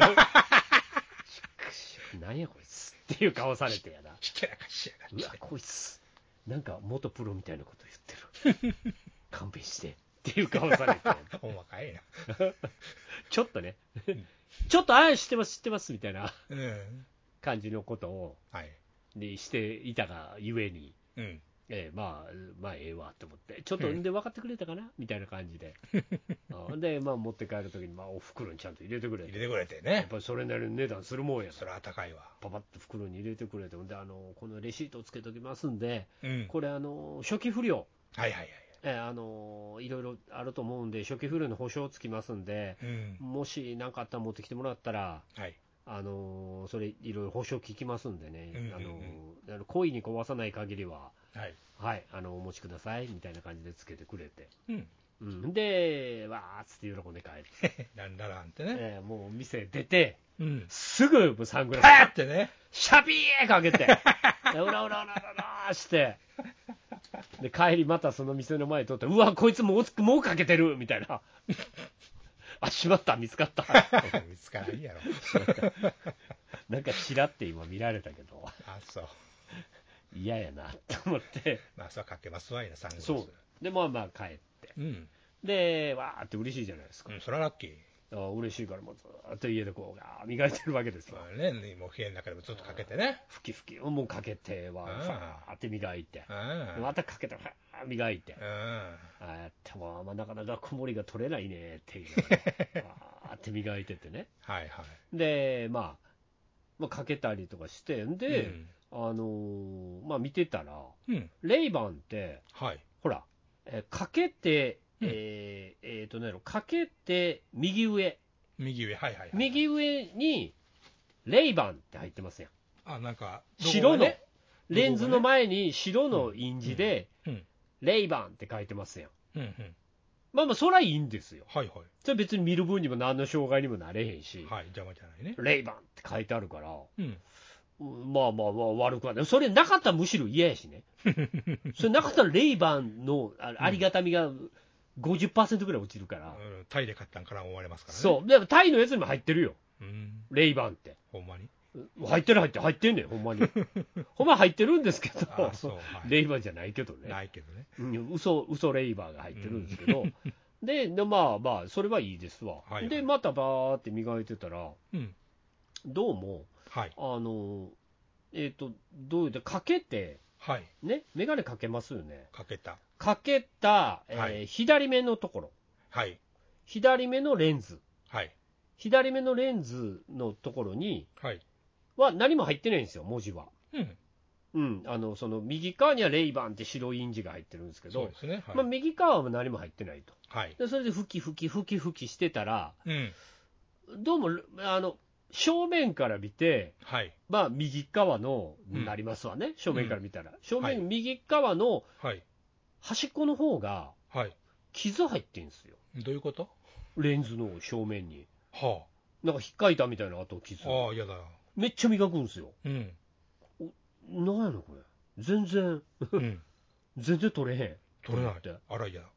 [SPEAKER 3] くしょなんやこいつっていう顔されてやな。
[SPEAKER 4] ひけらかしやが
[SPEAKER 3] う
[SPEAKER 4] っ
[SPEAKER 3] わ
[SPEAKER 4] て。、
[SPEAKER 3] こいつ、なんか元プロみたいなこと言 ってる。勘弁して。っていう顔され て、
[SPEAKER 4] ほんまかいな。
[SPEAKER 3] ちょっとね、ちょっとああ、知ってます、知ってますみたいな
[SPEAKER 4] うん。
[SPEAKER 3] 感じのことを、
[SPEAKER 4] はい。
[SPEAKER 3] にしていたがゆえに、
[SPEAKER 4] うん。
[SPEAKER 3] ええまあ、まあ、ええわと思って、ちょっと、
[SPEAKER 4] うん
[SPEAKER 3] んで、分かってくれたかなみたいな感じ で、あで、まあ、持って帰るときに、まあ、お袋にちゃんと入れてくれ
[SPEAKER 4] 入
[SPEAKER 3] て
[SPEAKER 4] れてくれて
[SPEAKER 3] やっ
[SPEAKER 4] ね。
[SPEAKER 3] ぱりそれなりの値段するもんや
[SPEAKER 4] そ
[SPEAKER 3] から、
[SPEAKER 4] れは高いわ。
[SPEAKER 3] パパッと袋に入れてくれて、ほんで、あのこのレシートつけときますんで、
[SPEAKER 4] うん。
[SPEAKER 3] これ、あの初期不良。
[SPEAKER 4] はいはい
[SPEAKER 3] えーあのーいろいろあると思うんで、初期不良の保証つきますんで、
[SPEAKER 4] はい。うん。
[SPEAKER 3] もし何かあったら持ってきてもらったら、
[SPEAKER 4] はい。
[SPEAKER 3] あのーそれ、いろいろ保証聞きますんでね、
[SPEAKER 4] うんうんうん
[SPEAKER 3] あのーあの故意に壊さない限りは、
[SPEAKER 4] はい。
[SPEAKER 3] はい、あのお持ちくださいみたいな感じでつけてくれて、
[SPEAKER 4] うん。
[SPEAKER 3] うん、で、わーっつって喜んで帰って、
[SPEAKER 4] なんだなんてね。
[SPEAKER 3] えーもう店出て、
[SPEAKER 4] うん。
[SPEAKER 3] すぐもうサングラ
[SPEAKER 4] パー
[SPEAKER 3] ス、
[SPEAKER 4] ってね。
[SPEAKER 3] シャピーかけて、でうらうらうらうらうらして。で帰りまたその店の前通ってうわこいつもうもうかけてるみたいな あしまった見つか った
[SPEAKER 4] 見つからんやろ。
[SPEAKER 3] なんかちらって今見られたけど
[SPEAKER 4] あ、そう。
[SPEAKER 3] 嫌やなと思って、
[SPEAKER 4] まあ、それはかけますわいな、サングラス。
[SPEAKER 3] そう。で、まあまあ帰って。
[SPEAKER 4] うん。
[SPEAKER 3] で、わーって嬉しいじゃないですか
[SPEAKER 4] う。ん、それはラッキー。
[SPEAKER 3] あー嬉しいから、もうずーっと家でこう、ガー磨いてるわけですよ
[SPEAKER 4] ま。あね、もう部屋の中でもずっとかけてね。
[SPEAKER 3] 吹き吹き、もうかけては、
[SPEAKER 4] うん
[SPEAKER 3] ファーって磨いて
[SPEAKER 4] う、ん。
[SPEAKER 3] またかけて、ファー磨いて
[SPEAKER 4] う、ん。
[SPEAKER 3] あーやっても、まあ、なかなかこもりが取れないねっていうのがね、ファーって磨いててね。
[SPEAKER 4] はいはい。
[SPEAKER 3] で、まあ、まあ、かけたりとかして、で、あのーまあ見てたら、
[SPEAKER 4] うん、うん。
[SPEAKER 3] レイバンって、
[SPEAKER 4] はい。
[SPEAKER 3] ほら、えーかけて、
[SPEAKER 4] うん
[SPEAKER 3] えーえーとね、かけて右上、
[SPEAKER 4] 右上、はいはい、はい。
[SPEAKER 3] 右上にレイバンって入ってますやん。
[SPEAKER 4] あ、なんか、
[SPEAKER 3] 白の
[SPEAKER 4] ロゴがね、
[SPEAKER 3] レンズの前に白の印字で
[SPEAKER 4] うんうん、
[SPEAKER 3] レイバンって書いてますやん。
[SPEAKER 4] うんうん。
[SPEAKER 3] まあまあ、そらいいんですよ。
[SPEAKER 4] はいは
[SPEAKER 3] それ別に見る分にも何の障害にもなれへんし
[SPEAKER 4] い。、はい、邪魔じゃないね。
[SPEAKER 3] レイバンって書いてあるから、
[SPEAKER 4] う
[SPEAKER 3] う
[SPEAKER 4] ん。
[SPEAKER 3] んまあまあまあ悪くはない。それなかったらむしろ嫌やし ね。それなかったらレイバンのあありがたみが50%ぐらい落ちるから。
[SPEAKER 4] うんタイで買ったんから思われますからね。
[SPEAKER 3] そう。でもタイのやつにも入ってるよ。
[SPEAKER 4] う。うん。
[SPEAKER 3] レイバンって。
[SPEAKER 4] ほん まに。
[SPEAKER 3] 入ってる入ってる入ってんねん、ほんま に。ほんま入ってるんですけ
[SPEAKER 4] あ
[SPEAKER 3] ど、
[SPEAKER 4] そう。はい、
[SPEAKER 3] レイバンじゃないけどね。
[SPEAKER 4] ないけどね。
[SPEAKER 3] うん、嘘嘘レイバーが入ってるんですけど、でで、まあまあ、それはいいですわ、
[SPEAKER 4] はいはい
[SPEAKER 3] で、またバーって磨いてたら、
[SPEAKER 4] うん。
[SPEAKER 3] どうも、
[SPEAKER 4] はい。
[SPEAKER 3] あのえっ、と、どういうかけて、
[SPEAKER 4] はい。
[SPEAKER 3] ね、眼鏡かけますよね、
[SPEAKER 4] かけた。
[SPEAKER 3] かけた、えー
[SPEAKER 4] はい
[SPEAKER 3] 左目のところ、
[SPEAKER 4] はい。
[SPEAKER 3] 左目のレンズ、
[SPEAKER 4] はい。
[SPEAKER 3] 左目のレンズのところに
[SPEAKER 4] はい。
[SPEAKER 3] は何も入ってないんですよ、文字は。
[SPEAKER 4] うん。
[SPEAKER 3] うん、あのその右側にはレイバンって白い印字が入ってるんですけ
[SPEAKER 4] そう
[SPEAKER 3] ど
[SPEAKER 4] で、すね。はい。
[SPEAKER 3] まあ、右側は何も入ってないと。
[SPEAKER 4] はい。
[SPEAKER 3] でそれでふきふきふきふきしてたら、
[SPEAKER 4] うん。
[SPEAKER 3] どうもあの正面から見て、
[SPEAKER 4] はい。
[SPEAKER 3] まあ、右側の、
[SPEAKER 4] うん
[SPEAKER 3] なりますわね、正面から見たら、正面、
[SPEAKER 4] はい
[SPEAKER 3] 右側の
[SPEAKER 4] はい。
[SPEAKER 3] 端っこの方が
[SPEAKER 4] はい。
[SPEAKER 3] 傷入ってんですよ、
[SPEAKER 4] どういうこと
[SPEAKER 3] レンズの正面に。
[SPEAKER 4] は
[SPEAKER 3] なんか引っかいたみたいな跡傷
[SPEAKER 4] あ。、ああ、やだ。
[SPEAKER 3] めっちゃ磨くんですよ。
[SPEAKER 4] うん。
[SPEAKER 3] なんやのこれ、全然、
[SPEAKER 4] うん。
[SPEAKER 3] 全然取れへん。
[SPEAKER 4] 取れな
[SPEAKER 3] って
[SPEAKER 4] い。あら、やだ。
[SPEAKER 3] あ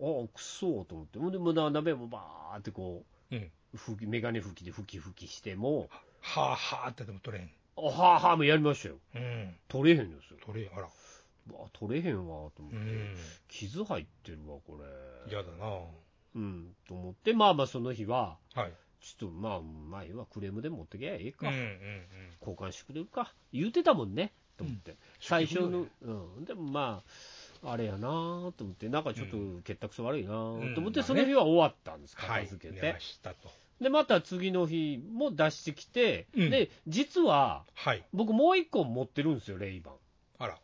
[SPEAKER 3] あ、くそーと思って、ほんで、無駄鍋もバーってこう、
[SPEAKER 4] うん
[SPEAKER 3] ふき眼鏡拭きでふきふきしても、
[SPEAKER 4] はあはあってでも取れ
[SPEAKER 3] あはあはあもやりましたよ、
[SPEAKER 4] へん。うん。
[SPEAKER 3] 取れへんですよ。
[SPEAKER 4] 取れへん。あら。
[SPEAKER 3] あ取れへんわと思って、
[SPEAKER 4] うん。
[SPEAKER 3] 傷入ってるわこれ
[SPEAKER 4] やだな。
[SPEAKER 3] うんと思ってまあまあその日は
[SPEAKER 4] はい。
[SPEAKER 3] ちょっとまあまあ要はクレームで持ってけばええ
[SPEAKER 4] う
[SPEAKER 3] か、
[SPEAKER 4] んうんうん。
[SPEAKER 3] 交換してくれるか言うてたもんねと思って、最初の
[SPEAKER 4] 初
[SPEAKER 3] うんでもまああれやなと思ってなんかちょっと結託悪いなと思って、
[SPEAKER 4] うん
[SPEAKER 3] その日は終わったんです
[SPEAKER 4] は
[SPEAKER 3] 片
[SPEAKER 4] い。
[SPEAKER 3] 付けて、
[SPEAKER 4] 寝ましたと。
[SPEAKER 3] でまた次の日も出してきて、
[SPEAKER 4] うん
[SPEAKER 3] で実は
[SPEAKER 4] はい。
[SPEAKER 3] 僕もう一個持ってるんですよレイバン
[SPEAKER 4] あら。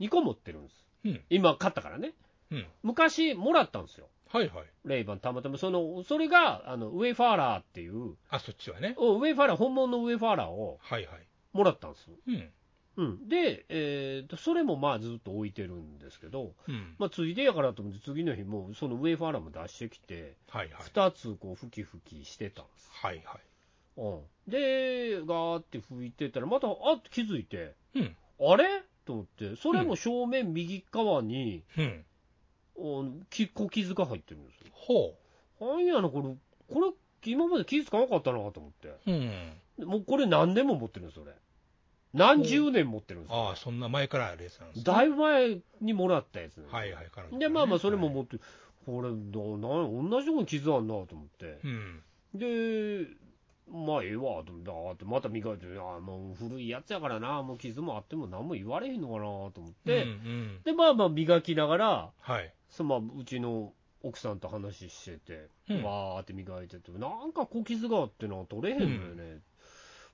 [SPEAKER 3] 2個持ってるんです
[SPEAKER 4] うん。
[SPEAKER 3] 今買ったからね
[SPEAKER 4] うん。
[SPEAKER 3] 昔もらったんですよ
[SPEAKER 4] はいはい。
[SPEAKER 3] レイバンたまたまそのそれがあのウェイファーラーっていう
[SPEAKER 4] あ、そっちはね。
[SPEAKER 3] おウェイファーラー本物のウェイファーラーを
[SPEAKER 4] はいはい。
[SPEAKER 3] もらったんです、
[SPEAKER 4] うん。
[SPEAKER 3] うん、で、えーとそれもまあずっと置いてるんですけど、
[SPEAKER 4] うん。
[SPEAKER 3] まあ、ついでやからと思って次の日もそのウェイファーラーも出してきて
[SPEAKER 4] はいはい。
[SPEAKER 3] 2つこうふきふきしてたんです、
[SPEAKER 4] はいは
[SPEAKER 3] うん、でガーって拭いてたらまたあっ気づいて
[SPEAKER 4] い。うん。
[SPEAKER 3] あれと思ってそれも正面右側に、
[SPEAKER 4] うん。
[SPEAKER 3] おき小傷が入ってるんですよ
[SPEAKER 4] ほ
[SPEAKER 3] なんやのこれ、これ、今まで気づかなかったなと思って。
[SPEAKER 4] う。うん。
[SPEAKER 3] もうこれ何年も持ってるんですよ、それ。何十年持ってるんですよ。
[SPEAKER 4] ああ、そんな前からあるやつなんですね。
[SPEAKER 3] だいぶ前にもらったやつなんですよ
[SPEAKER 4] はいはい。彼女
[SPEAKER 3] で、まあまあ、それも
[SPEAKER 4] はい
[SPEAKER 3] 持って、これ、な、な、同じとこに傷あんなと思って。
[SPEAKER 4] うん。
[SPEAKER 3] で、まあ、ええわ、と思ってあーって、また磨いて、あーもう古いやつやからな、もう傷もあっても何も言われへんのかなと思って、
[SPEAKER 4] うんうん。
[SPEAKER 3] で、まあまあ、磨きながら、
[SPEAKER 4] はい。
[SPEAKER 3] そのまあうちの奥さんと話してて、
[SPEAKER 4] うん
[SPEAKER 3] わーって磨いてて、なんか小傷があってな、取れへんのよね、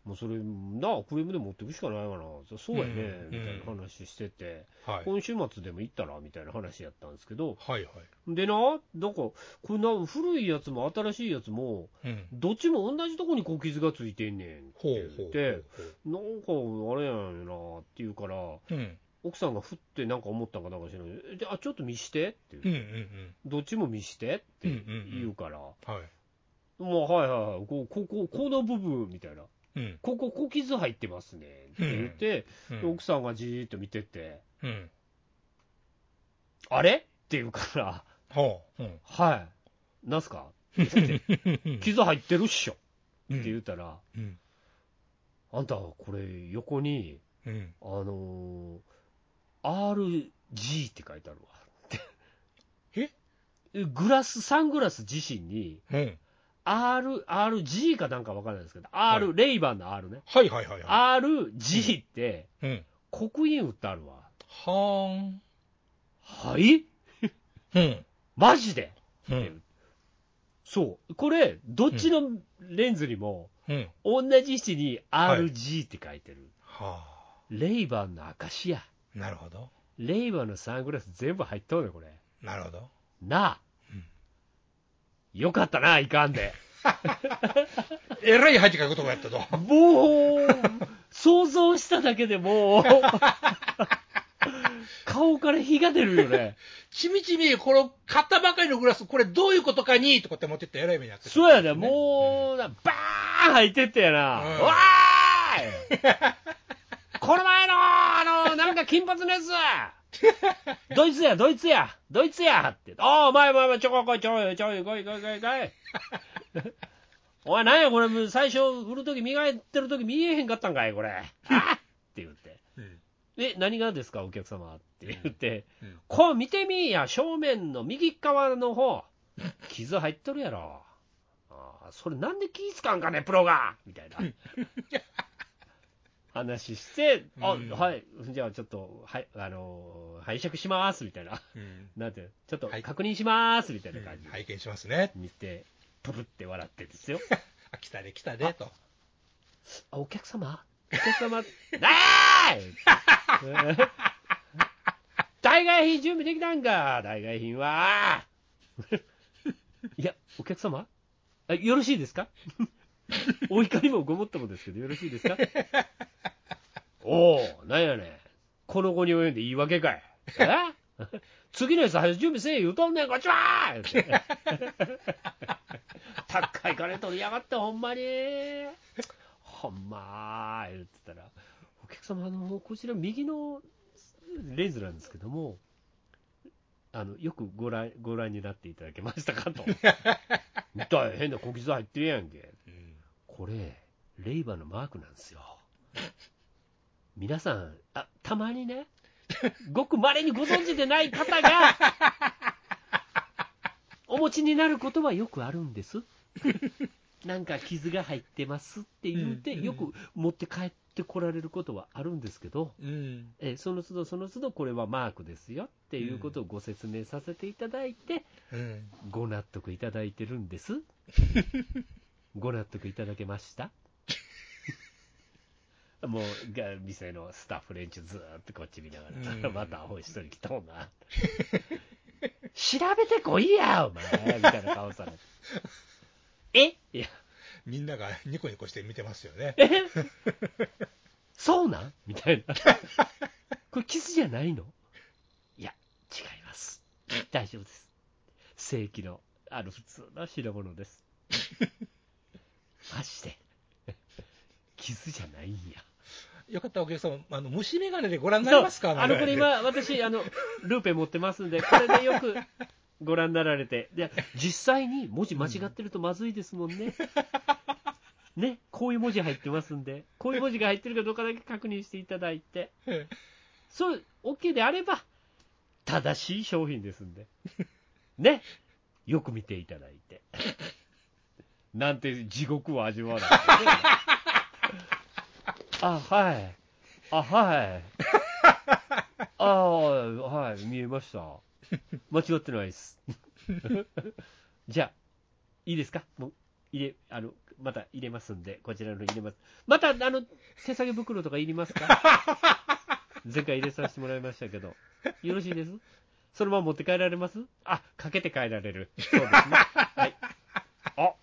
[SPEAKER 3] もうそれ、なあ、クレームで持ってくしかないわな、そそうやね、
[SPEAKER 4] うん
[SPEAKER 3] みたいな話してて、
[SPEAKER 4] はい。
[SPEAKER 3] 今週末でも行ったらみたいな話やったんですけど、
[SPEAKER 4] はいはい。
[SPEAKER 3] でな、なんか、こんな古いやつも新しいやつも、
[SPEAKER 4] うん。
[SPEAKER 3] どっちも同じとこに小傷がついてんねんって
[SPEAKER 4] ほう
[SPEAKER 3] 言
[SPEAKER 4] ほ
[SPEAKER 3] っ
[SPEAKER 4] う
[SPEAKER 3] て、
[SPEAKER 4] ほ
[SPEAKER 3] な
[SPEAKER 4] う
[SPEAKER 3] んかあれやんなって言うから、
[SPEAKER 4] ほう。うん。
[SPEAKER 3] 奥さんがふってなんか思ったんかなんか知らないえで、あちょっと見してって言って
[SPEAKER 4] うんうんうん。
[SPEAKER 3] どっちも見してって
[SPEAKER 4] うんうん
[SPEAKER 3] 言うから、
[SPEAKER 4] はい。
[SPEAKER 3] もうはいはいはい、こうここ、この部分みたいな、
[SPEAKER 4] うん。
[SPEAKER 3] ここ、小傷入ってますねって言って、
[SPEAKER 4] うん
[SPEAKER 3] 奥さんがじーっと見てて、
[SPEAKER 4] うん。
[SPEAKER 3] あれって言うから、
[SPEAKER 4] ほう。うん。
[SPEAKER 3] はい、なんすかって言って、傷入ってるっしょって
[SPEAKER 4] うん
[SPEAKER 3] 言ったら、
[SPEAKER 4] うん。
[SPEAKER 3] あんた、これ、横に
[SPEAKER 4] うん。
[SPEAKER 3] あのー RG って書いてあるわ。
[SPEAKER 4] え
[SPEAKER 3] グラス、サングラス自身に、
[SPEAKER 4] うん。
[SPEAKER 3] R、RG かなんかわからないですけど、R、
[SPEAKER 4] は
[SPEAKER 3] レイバンの R ね。
[SPEAKER 4] はいはいはいは
[SPEAKER 3] RG って、
[SPEAKER 4] い。うん。
[SPEAKER 3] 刻印打ってあるわ。
[SPEAKER 4] はーん。
[SPEAKER 3] はい
[SPEAKER 4] うん。
[SPEAKER 3] マジで
[SPEAKER 4] うん。
[SPEAKER 3] そう。これ、どっちのレンズにも、
[SPEAKER 4] うん。
[SPEAKER 3] 同じ位置に
[SPEAKER 4] はい
[SPEAKER 3] RG って書いてる。
[SPEAKER 4] は
[SPEAKER 3] レイバンの証や。
[SPEAKER 4] あ。なるほど。
[SPEAKER 3] レイバンのサングラス全部入っとるね、これ。
[SPEAKER 4] なるほど。
[SPEAKER 3] なあ。
[SPEAKER 4] うん
[SPEAKER 3] よかったな、いかんで。
[SPEAKER 4] えらい恥かくとこやったぞ。
[SPEAKER 3] もう、想像しただけで もう、顔から火が出るよね。
[SPEAKER 4] ちみちみ、この買ったばかりのグラス、これどういうことかにとかって持ってってえらい目にやってた
[SPEAKER 3] そうやね、もう、なバーン入ってったやな。
[SPEAKER 4] うん
[SPEAKER 3] わーいこの前の、あの、なんか金髪の やつドイツや、ドイツや、ドイツやって。おー、お前、お前、お前ちょここい、ちょこい、ちょこい、こい、こい、こ い、こい。おい、なんや、これ、最初、振るとき、磨いてるとき見えへんかったんかい、 これ。あって言って。
[SPEAKER 4] うん。
[SPEAKER 3] え、何がですか、お客様って言って、
[SPEAKER 4] うん
[SPEAKER 3] こう見てみいや、正面の右側の 方、傷入っとるやろ。ああ、それなんで気ぃつかんかね、プロがみた いな。話して、あ、
[SPEAKER 4] うん
[SPEAKER 3] はい、じゃあちょっと、はい、あのー拝借します、みたいな。
[SPEAKER 4] うん。
[SPEAKER 3] なんて、ちょっと
[SPEAKER 4] はい
[SPEAKER 3] 確認します、みたいな感じで
[SPEAKER 4] 拝見しますね。
[SPEAKER 3] 見て、ププって笑ってですよ。
[SPEAKER 4] あ、来たで来たで、と。
[SPEAKER 3] あ、お客様お客様 なーい 代替品準備できたんか代替品は いや、お客様あよろしいです かお怒りもごもっともですけど、よろしい ですかおお、なんやねん。この後に及んで言い訳かい。え 次のやつ早く準備せえ言うとんねん、こっ ちは言うて高い金取りやがって、ほんまに。ほんまー言ってたら、お客様、あの、こちら右のレンズなんですけども、あの、よくご覧、ご覧になっていただけましたかと。みたい、変な小傷入ってるやんけ。
[SPEAKER 4] うん。
[SPEAKER 3] これ、レイバーのマークなんですよ。皆さん、あ、たまにね、ごく稀にご存知でない方が、お持ちになることはよくあるんです。なんか傷が入ってますって言うて、
[SPEAKER 4] うんうん
[SPEAKER 3] よく持って帰ってこられることはあるんですけど、
[SPEAKER 4] うん。
[SPEAKER 3] えその都度その都度これはマークですよっていうことをご説明させていただいて、
[SPEAKER 4] うん。
[SPEAKER 3] ご納得いただいてるん です。ご納得いただけましたもうが店のスタッフ連中ずーっとこっち見ながら、
[SPEAKER 4] うん
[SPEAKER 3] またアホ一人来たもんな 調べてこいやお前みたいな顔さ れてえいや
[SPEAKER 4] みんながニコニコして見てますよね。
[SPEAKER 3] えそうなんみた いな。これキスじゃないのいや、違います。大丈夫です。正規の、あの、普通の品物 です。マジで。キスじゃないんや。
[SPEAKER 4] よかったらお客様、あの、虫眼鏡でご覧になりますか
[SPEAKER 3] そうあの、これ。
[SPEAKER 4] なんか
[SPEAKER 3] 今、私、あの、ルーペ持ってますんで、これでよくご覧になられて。で、実際に文字間違ってるとまずいですもんね。ね、こういう文字入ってますんで、こういう文字が入ってるかどうかだけ確認していただいて、
[SPEAKER 4] うん
[SPEAKER 3] そう、OK であれば、正しい商品ですんで。ね、よく見ていただいて。なんて地獄を味わわない、ね。あ、はい。あ、はい。あはい、見えました。間違ってないです。 じゃあ、いいですかもう、入れ、あの、また入れますんで、こちらの入れます。また、あの、手提げ袋とかいりますか前回入れさせてもらいましたけど。よろしいですそのまま持って帰られますあ、かけて帰られる。そうですね。はい。あ、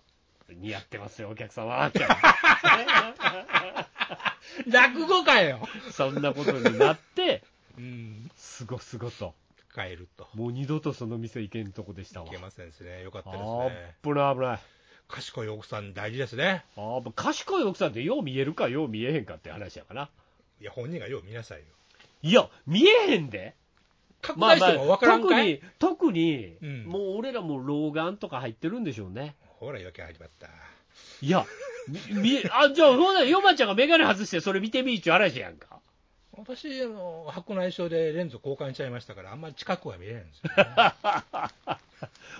[SPEAKER 3] 似合ってますよ、お客様。
[SPEAKER 4] 落語かよ。
[SPEAKER 3] そんなことになって、
[SPEAKER 4] うん。
[SPEAKER 3] すごすごと。
[SPEAKER 4] 変えると。
[SPEAKER 3] もう二度とその店行けんとこでしたわ
[SPEAKER 4] い。けませんですね。よかったです
[SPEAKER 3] あ
[SPEAKER 4] ね。
[SPEAKER 3] ぶない危ない。
[SPEAKER 4] 賢い奥さん大事ですね。
[SPEAKER 3] あー賢い奥さんってよう見えるかよう見えへんかって話やから。
[SPEAKER 4] いや、本人がよう見なさいよ。
[SPEAKER 3] いや、見えへんで。
[SPEAKER 4] 拡大してもわからん
[SPEAKER 3] 特
[SPEAKER 4] かい、
[SPEAKER 3] に、特に、
[SPEAKER 4] うん
[SPEAKER 3] もう俺らも老眼とか入ってるんでしょうね。
[SPEAKER 4] ほら、余計始まった。
[SPEAKER 3] いや、み見え、あ、じゃあ、ほな、ヨマちゃんがメガネ外してそれ見てみいっちゅう話やんか。
[SPEAKER 4] 私あの、白内障でレンズ交換しちゃいましたから、あんまり近くは見れないんですよ、 ね。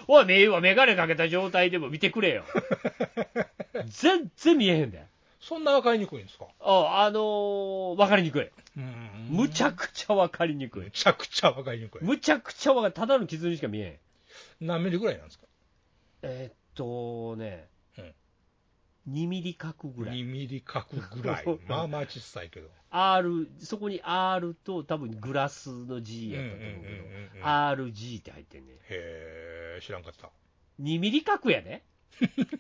[SPEAKER 3] おい、目ええわ、メガネかけた状態でも見てくれよ。全然見えへんで。
[SPEAKER 4] そんな分かりにくいんですか、
[SPEAKER 3] あ、あのー、わかりにくい。
[SPEAKER 4] うん
[SPEAKER 3] むちゃくちゃわかりにく
[SPEAKER 4] む
[SPEAKER 3] い。
[SPEAKER 4] ちゃくちゃ分かりにくい。
[SPEAKER 3] むちゃくちゃわかり、ただの傷にしか見えへん。
[SPEAKER 4] 何ミリぐらいなんですか
[SPEAKER 3] えーっとね、
[SPEAKER 4] うん
[SPEAKER 3] 2ミリ角ぐらい。。
[SPEAKER 4] ?2 ミリ角ぐらいまあまあ小さいけど。
[SPEAKER 3] R、そこに R と多分グラスの G やったと思うけ
[SPEAKER 4] うんうんうんうんう
[SPEAKER 3] ど、
[SPEAKER 4] ん
[SPEAKER 3] RG って入ってんね。
[SPEAKER 4] へえ、知らんかった。
[SPEAKER 3] 2ミリ角やで。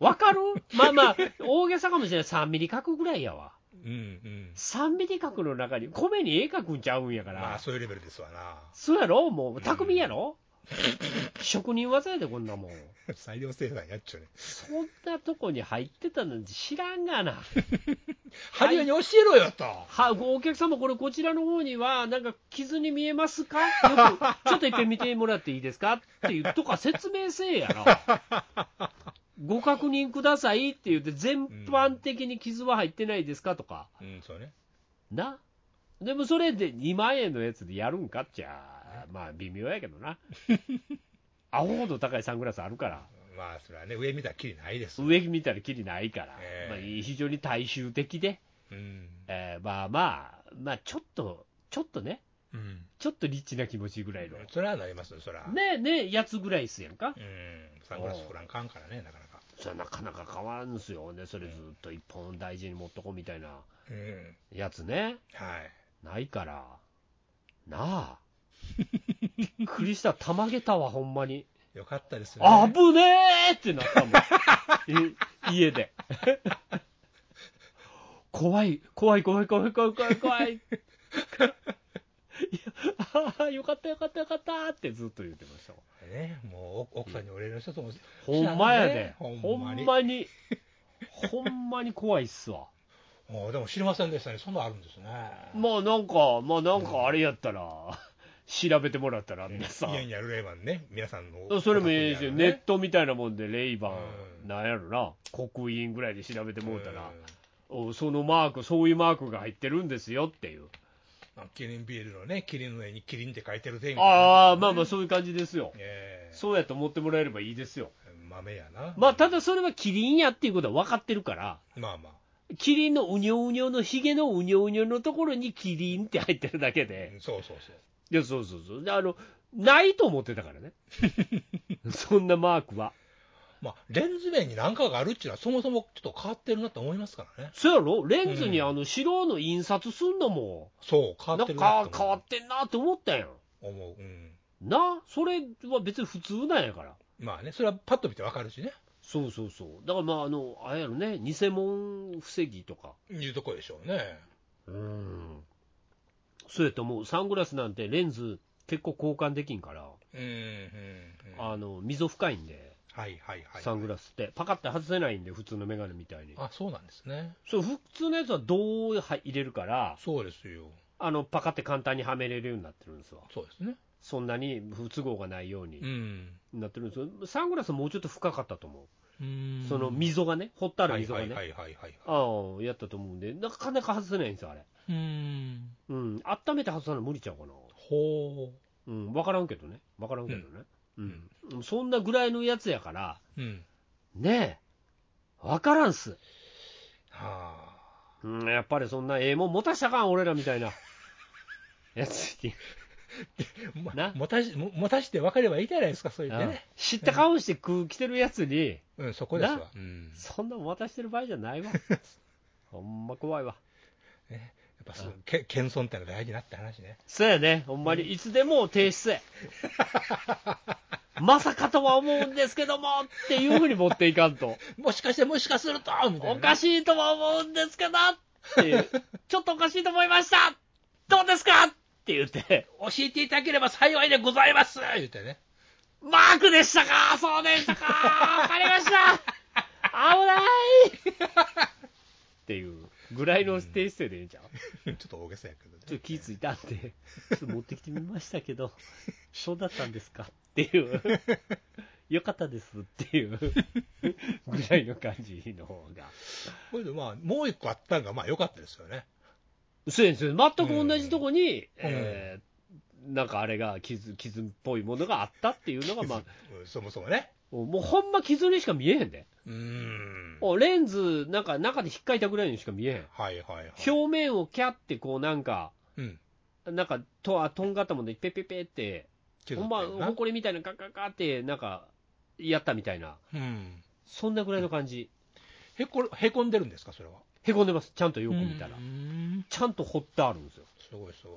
[SPEAKER 3] わかるまあまあ、大げさかもしれない。3ミリ角ぐらいやわ。
[SPEAKER 4] うんうん。
[SPEAKER 3] 3ミリ角の中に、米に絵描くんちゃうんやから。
[SPEAKER 4] まあそういうレベルですわな。
[SPEAKER 3] そうやろもう、匠やろ、職人技やで、こんなもん。
[SPEAKER 4] 大量生産やっちゃうね。
[SPEAKER 3] そんなとこに入ってたなんて知らんがな。
[SPEAKER 4] はじめに教えろよと。
[SPEAKER 3] はお客様、これ、こちらの方には、なんか傷に見えます かよくちょっといっぺん見てもらっていいですかっていうとか、説明せえや ろ。ご確認くださいって言って、全般的に傷は入ってないですかとか、
[SPEAKER 4] うん、そうね。
[SPEAKER 3] な。でもそれで2万円のやつでやるんかっちゃ、まあ微妙やけど な。アホほど高いサングラスあるから。
[SPEAKER 4] まあそれはね、上見たらきりないです。
[SPEAKER 3] 上見たらきりないから、
[SPEAKER 4] ええ
[SPEAKER 3] まあ、非常に大衆的で、
[SPEAKER 4] うん。
[SPEAKER 3] えーまあまあ、まあ、ちょっと、ちょっとね、
[SPEAKER 4] うん。
[SPEAKER 3] ちょっとリッチな気持ちぐらいの、
[SPEAKER 4] それはなりますよ、そら。
[SPEAKER 3] ねえねえ、やつぐらいっすやんか、
[SPEAKER 4] うん。サングラスフランカンからね、なかなか。
[SPEAKER 3] それなかなか変わらんすよ、ね、それずっと一本大事に持っとこうみたいな
[SPEAKER 4] うん。
[SPEAKER 3] やつね、
[SPEAKER 4] はい。
[SPEAKER 3] ないから、 なあ、びっくりした、たまげたわ、ほんまに、
[SPEAKER 4] よかったですよ、
[SPEAKER 3] あ
[SPEAKER 4] ね。
[SPEAKER 3] ぶねえってなったも ん、え家で。怖い、怖い、怖い、怖い、怖い、怖い、怖 い。いやああ、よかった、よかった、よかったってずっと言ってましたわ
[SPEAKER 4] ね、もう奥さんにお礼の人とも、
[SPEAKER 3] ほんまやで。
[SPEAKER 4] ほん
[SPEAKER 3] ほ
[SPEAKER 4] ま
[SPEAKER 3] ん
[SPEAKER 4] に
[SPEAKER 3] ま に、ほんまに怖いっすわ。
[SPEAKER 4] おでも知りませんでしたね、そんなんあるんですね。
[SPEAKER 3] まあなんか、まあなんかあれやったら、調べてもらったら皆さん。
[SPEAKER 4] 家にあるレイバンね、皆さんの、
[SPEAKER 3] それもええし、ネッ
[SPEAKER 4] ね
[SPEAKER 3] トみたいなもんで、レイバ
[SPEAKER 4] う
[SPEAKER 3] ン、
[SPEAKER 4] ん
[SPEAKER 3] なんやろな、刻印ぐらいで調べてもうたら、
[SPEAKER 4] ん
[SPEAKER 3] おそのマーク、そういうマークが入ってるんですよっていう、
[SPEAKER 4] あキリンビールのね、キリンの絵にキリンって書いてる店
[SPEAKER 3] ああ、まあ
[SPEAKER 4] あ、
[SPEAKER 3] まあ、そういう感じですよ、
[SPEAKER 4] ええ
[SPEAKER 3] そうやと思ってもらえればいいですよ、
[SPEAKER 4] 豆やな。
[SPEAKER 3] まあ、ただそれはキリンやっていうことは分かってるから、
[SPEAKER 4] まあまあ。
[SPEAKER 3] キリンのうにょうにょのひげのうにょうにょのところにキリンって入ってるだけで
[SPEAKER 4] う、んそうそうそう。
[SPEAKER 3] いや、そうそうそう、であのないと思ってたから ね、そんなマークは。
[SPEAKER 4] まあ、レンズ面に何かがあるっていうのは、そもそもちょっと変わってるなと思いますからね。
[SPEAKER 3] そうやろレンズに
[SPEAKER 4] うん
[SPEAKER 3] あの白の印刷すんのも、
[SPEAKER 4] そう、変わ
[SPEAKER 3] な
[SPEAKER 4] っ
[SPEAKER 3] ん
[SPEAKER 4] て
[SPEAKER 3] か
[SPEAKER 4] る
[SPEAKER 3] か
[SPEAKER 4] な
[SPEAKER 3] 変わってんなって思ったやん。
[SPEAKER 4] と思う。うん。
[SPEAKER 3] な、それは別に普通なんやから。
[SPEAKER 4] まあね、それはパッと見てわかるしね。
[SPEAKER 3] そうそうそう。だからまあ、あの、あれやろね、偽物防ぎとか。
[SPEAKER 4] いうとこでしょうね。
[SPEAKER 3] うん。そうやと思う。サングラスなんてレンズ結構交換できんから、
[SPEAKER 4] うん、うん。うん
[SPEAKER 3] あの、溝深いんで、
[SPEAKER 4] はいはいはい。
[SPEAKER 3] サングラスって。パカって外せないんで、普通のメガネみたいに。
[SPEAKER 4] あ、そうなんですね。
[SPEAKER 3] そう、普通のやつはどう入れるから、
[SPEAKER 4] そうですよ。
[SPEAKER 3] あの、パカって簡単にはめれるようになってるんですわ。
[SPEAKER 4] そうですね。
[SPEAKER 3] そんなに不都合がないように
[SPEAKER 4] うん。
[SPEAKER 3] なってるんですよ。サングラスもうちょっと深かったと思
[SPEAKER 4] うん
[SPEAKER 3] う。その溝がね、掘ったある
[SPEAKER 4] はい
[SPEAKER 3] 溝が
[SPEAKER 4] はい
[SPEAKER 3] ね
[SPEAKER 4] は。いはいはい。
[SPEAKER 3] ああ、やったと思うんで、なかなか外せないんですよ、あれ。
[SPEAKER 4] うん。
[SPEAKER 3] うん、温めて外さない無理ちゃうかな。
[SPEAKER 4] ほ
[SPEAKER 3] うん、分からんけどね。分からんけどね。うん。そんなぐらいのやつやから、
[SPEAKER 4] う。うん。
[SPEAKER 3] ねえ、分からんっす。
[SPEAKER 4] はあ。
[SPEAKER 3] うん、やっぱりそんなええもん持たしたかん、俺らみ たいな。やつに、
[SPEAKER 4] も
[SPEAKER 3] な
[SPEAKER 4] 持たしも持たして分かればいいじゃないですか、そう言って
[SPEAKER 3] うん
[SPEAKER 4] ね、
[SPEAKER 3] 知った顔して空着てるやつに、
[SPEAKER 4] うん、そこです
[SPEAKER 3] な
[SPEAKER 4] わ、うん、
[SPEAKER 3] そんなもん渡してる場合じゃない わ。ほんま怖いわ。
[SPEAKER 4] やっぱそうけ謙遜ってのは大事だって話ね、
[SPEAKER 3] そうやね、ほんまに、いつでも提出へ。まさかとは思うんですけどもっていうふうに持っていかん と。
[SPEAKER 4] もしかして、もしかするとみたいな、
[SPEAKER 3] おか
[SPEAKER 4] し
[SPEAKER 3] しいとは思うんですけどって いう、ちょっとおかしいと思いましたどうですかって言って、
[SPEAKER 4] 教えていただければ幸いでございます言ってね、
[SPEAKER 3] マークでしたかそうでしたかわかりました 危ないっていうぐらいの低姿勢でいいんちゃう
[SPEAKER 4] ちょっと大げさやけどね、
[SPEAKER 3] ちょっと気ぃついたん で、ちょっと持ってきてみましたけど、そうだったんですかっていう、よかったですっていうぐらいの感じの方が。
[SPEAKER 4] これでまあ、もう一個あったのが、まあ良かったですよね、
[SPEAKER 3] そうですよ全く同じとこに、え
[SPEAKER 4] え
[SPEAKER 3] ーなんかあれが傷、傷っぽいものがあったっていうのが、まあ、
[SPEAKER 4] うんそもそもね。
[SPEAKER 3] もうほんま傷にしか見えへんで、
[SPEAKER 4] うーん。
[SPEAKER 3] おレンズ、なんか中で引っかいたぐらいにしか見えへん、
[SPEAKER 4] はいはいはい。
[SPEAKER 3] 表面をキャって、こうなんか、
[SPEAKER 4] うん。
[SPEAKER 3] なんかとあとんがったもんで、ペペペって、
[SPEAKER 4] けど
[SPEAKER 3] ほんま、ほこりみたいな、ガッガッガッって、なんか、やったみたいな、
[SPEAKER 4] うん。
[SPEAKER 3] そんなぐらいの感じ、
[SPEAKER 4] へこ、へこんでるんですか、それは。
[SPEAKER 3] へこんでます、ちゃんとよく見たら
[SPEAKER 4] う、ん
[SPEAKER 3] ちゃんと掘ってあるんですよ。
[SPEAKER 4] すごいすごい。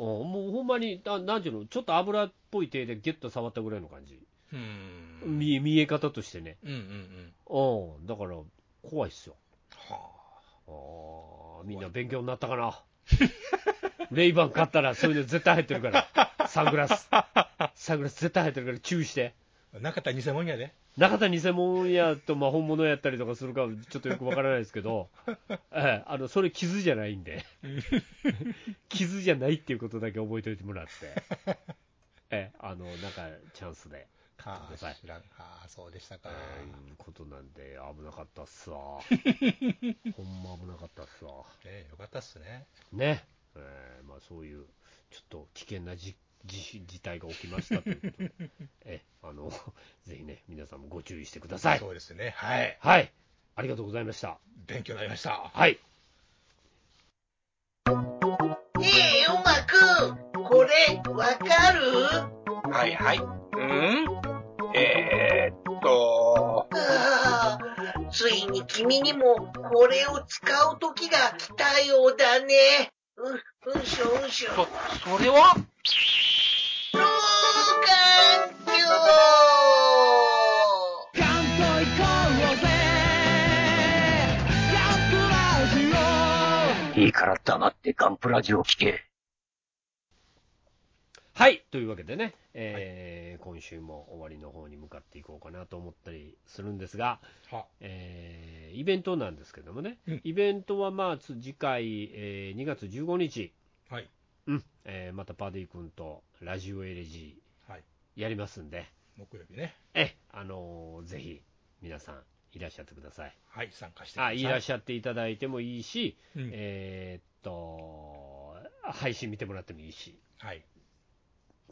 [SPEAKER 3] おもうほんまに、ななんていうの、ちょっと油っぽい手でギュッと触ったぐらいの感じ、
[SPEAKER 4] うん。
[SPEAKER 3] 見え見え方としてね、
[SPEAKER 4] うんうんうん。
[SPEAKER 3] うん、だから怖いっすよ、
[SPEAKER 4] は
[SPEAKER 3] あーみんな勉強になったかな、 レイバン買ったら、そういうの絶対入ってるから、サングラス、サングラス絶対入ってるから、注意して、
[SPEAKER 4] あ。なかったら偽物やで。
[SPEAKER 3] 中田偽物やと、まあ、本物やったりとかするか、ちょっとよくわからないですけ ど、ええ、あのそれ、傷じゃないんで、傷じゃないっていうことだけ覚えておいてもらって。ええ、あのなんかチャンスで、
[SPEAKER 4] は
[SPEAKER 3] くださ
[SPEAKER 4] あ
[SPEAKER 3] い、
[SPEAKER 4] 知らん。はあ、そうでしたか
[SPEAKER 3] え。えいうことなんで危なかったっ すわほんま危なかったっすわ
[SPEAKER 4] ねよかったっすね。
[SPEAKER 3] ね、えーまあ、そういうちょっと危険なじじ事態が起きましたということ で、えあのぜひね、皆さんもご注意してください。
[SPEAKER 4] そうですね。はい。
[SPEAKER 3] はい、ありがとうございました。
[SPEAKER 4] 勉強になりました。
[SPEAKER 3] はい、
[SPEAKER 2] ねえ、ヨマくん、これ、わかる
[SPEAKER 5] はいはい。うんえー、っと、
[SPEAKER 2] ああ、ついに君にも、これを使う時が来たようだね。う、うんしょうんしょ。
[SPEAKER 5] そ、それは
[SPEAKER 2] 老眼鏡
[SPEAKER 5] いいから黙ってガンプラジオ聞け。
[SPEAKER 3] はい、というわけでね、えー今週も終わりの方に向かっていこうかなと思ったりするんですが、
[SPEAKER 4] は
[SPEAKER 3] えーイベントなんですけどもね、
[SPEAKER 4] うん
[SPEAKER 3] イベントはまあつ次回、えー2月15日、
[SPEAKER 4] はい。
[SPEAKER 3] うんえーまたパディ君とラジオエレジ
[SPEAKER 4] はい。
[SPEAKER 3] ーやりますんで。
[SPEAKER 4] 木曜日ね。
[SPEAKER 3] ええ、あのーぜひ皆さんいらっしゃってください。
[SPEAKER 4] はい、参加してくださ
[SPEAKER 3] あいらっしゃっていただいてもいいし、
[SPEAKER 4] うん
[SPEAKER 3] えーっと、配信見てもらってもいいし、
[SPEAKER 4] はい。
[SPEAKER 3] っ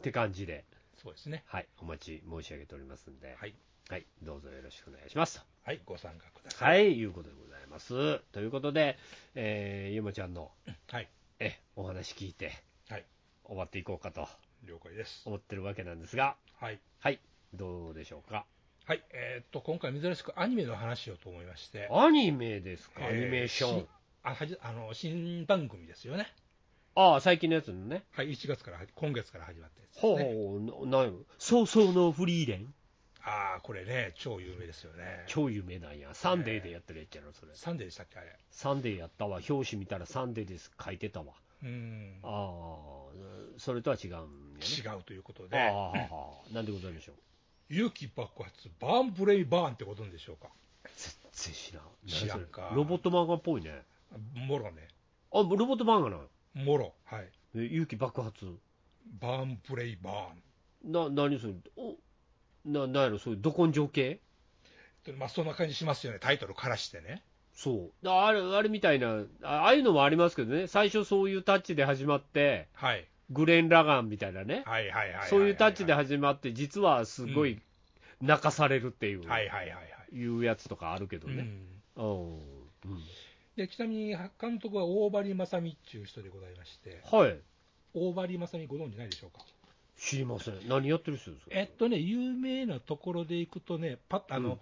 [SPEAKER 3] て感じで、
[SPEAKER 4] そうですね。
[SPEAKER 3] はい、お待ち申し上げておりますんで、
[SPEAKER 4] はい。
[SPEAKER 3] はいどうぞよろしくお願いします。
[SPEAKER 4] はい、ご参加ください。
[SPEAKER 3] はい、いうことでございます。ということで、えー、ゆもちゃんの
[SPEAKER 4] はい。
[SPEAKER 3] えお話聞いて、
[SPEAKER 4] はい
[SPEAKER 3] 終わっていこうかと
[SPEAKER 4] 了解です。
[SPEAKER 3] 思ってるわけなんですが、
[SPEAKER 4] はい。
[SPEAKER 3] はい、どうでしょうか。
[SPEAKER 4] はい。えーっと、今回珍しくアニメの話をと思いまして。
[SPEAKER 3] アニメです
[SPEAKER 4] え
[SPEAKER 3] か、アニメーション。
[SPEAKER 4] しあはじあの新番組ですよね。
[SPEAKER 3] ああ、最近のやつのね。
[SPEAKER 4] はい、1月から、今月から始まったやつです
[SPEAKER 3] ほう
[SPEAKER 4] ね。
[SPEAKER 3] ほう、ななんやろそうそうのフリーレン
[SPEAKER 4] ああ、これね、超有名ですよね。
[SPEAKER 3] 超有名なんや。サンデーでやってるやつやろ、それ。
[SPEAKER 4] サンデーでしたっけ、あれ。
[SPEAKER 3] サンデーやったわ。表紙見たらサンデーです。書いてたわ。
[SPEAKER 4] うん。
[SPEAKER 3] ああ、それとは違うんやね。
[SPEAKER 4] 違うということ
[SPEAKER 3] ああ
[SPEAKER 4] で、
[SPEAKER 3] はあはあ、なんでございましょう。
[SPEAKER 4] 勇気爆発、バーンブレイバーンってことんでしょうか。
[SPEAKER 3] 全然知らん。
[SPEAKER 4] 知ら
[SPEAKER 3] 何そ
[SPEAKER 4] ん
[SPEAKER 3] れ
[SPEAKER 4] か
[SPEAKER 3] ロボット漫画っぽいね。
[SPEAKER 4] もろね。
[SPEAKER 3] あ、ロボット漫画なの
[SPEAKER 4] もろ。はい。
[SPEAKER 3] え勇気爆発。
[SPEAKER 4] バーンブレイバーン。
[SPEAKER 3] な、何それおな、なんやろ、そういうど根性系
[SPEAKER 4] とまあ、そんな感じしますよね。タイトルからしてね。
[SPEAKER 3] そう。ああれ、あれみたいな、あああいうのもありますけどね。最初そういうタッチで始まって、
[SPEAKER 4] はい。
[SPEAKER 3] グレン・ラガンみたいなね、
[SPEAKER 4] はいはいはいはいはい。
[SPEAKER 3] そういうタッチで
[SPEAKER 4] はい
[SPEAKER 3] 始まって、実はすごい泣かされるっていう,、
[SPEAKER 4] はい
[SPEAKER 3] い、
[SPEAKER 4] はいはい。
[SPEAKER 3] うやつとかあるけど
[SPEAKER 4] う
[SPEAKER 3] ね。
[SPEAKER 4] ん
[SPEAKER 3] うんうん
[SPEAKER 4] で、ちなみに監督は大張正美っていう人でございまして、
[SPEAKER 3] はい、
[SPEAKER 4] 大張正美ご存知ないでしょうか。
[SPEAKER 3] 知りません、何やってる人ですか、
[SPEAKER 4] えっとね、有名なところでいくとね、パッあの、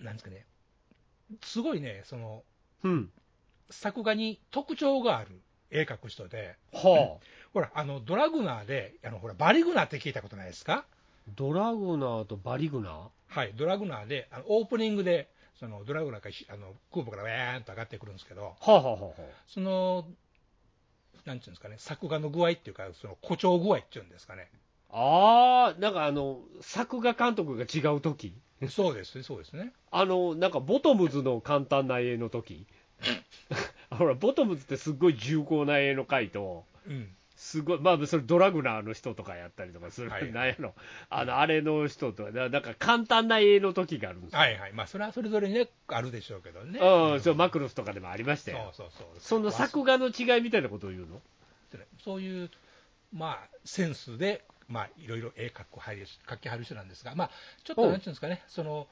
[SPEAKER 4] なんですかね、すごいね、その
[SPEAKER 3] うん、
[SPEAKER 4] 作画に特徴がある絵描く人で、
[SPEAKER 3] はあ、
[SPEAKER 4] ほら、あのドラグナーで、あのほらバリグナーって聞いたことないですか、
[SPEAKER 3] ドラグナーとバリグナー、
[SPEAKER 4] はい、ドラグナーで、あのオープニングで、そのドラグナーがひあの空母からウェーンと上がってくるんですけど、
[SPEAKER 3] はあ、はあはあはあ、
[SPEAKER 4] その、なんていうんですかね、作画の具合っていうか、その誇張具合っていうんですかね、
[SPEAKER 3] あー、なんかあの、作画監督が違うとき、
[SPEAKER 4] そうですね、そうですね。
[SPEAKER 3] あの、なんかボトムズの簡単な 絵のとき、ほら、ボトムズってすっごい重厚な絵の回と、
[SPEAKER 4] うん
[SPEAKER 3] すごい、まあ、それドラグナーの人とかやったりとかする、
[SPEAKER 4] はい
[SPEAKER 3] なんやろ、あの、あれの人とか、だなんか簡単な絵の時があるんですよ。
[SPEAKER 4] はいはい、まあ、それはそれぞれにね、あるでしょうけどね。
[SPEAKER 3] うん、そうう、マクロスとかでもありました
[SPEAKER 4] そう
[SPEAKER 3] よ。
[SPEAKER 4] そうそう。
[SPEAKER 3] そんな作画の違いみたいなことを言うの
[SPEAKER 4] そういう、まあ、センスで、まあ、いろいろ絵描くはる描きはる人なんですが、まあ、ちょっと
[SPEAKER 3] うん
[SPEAKER 4] なんていうんですかね、その、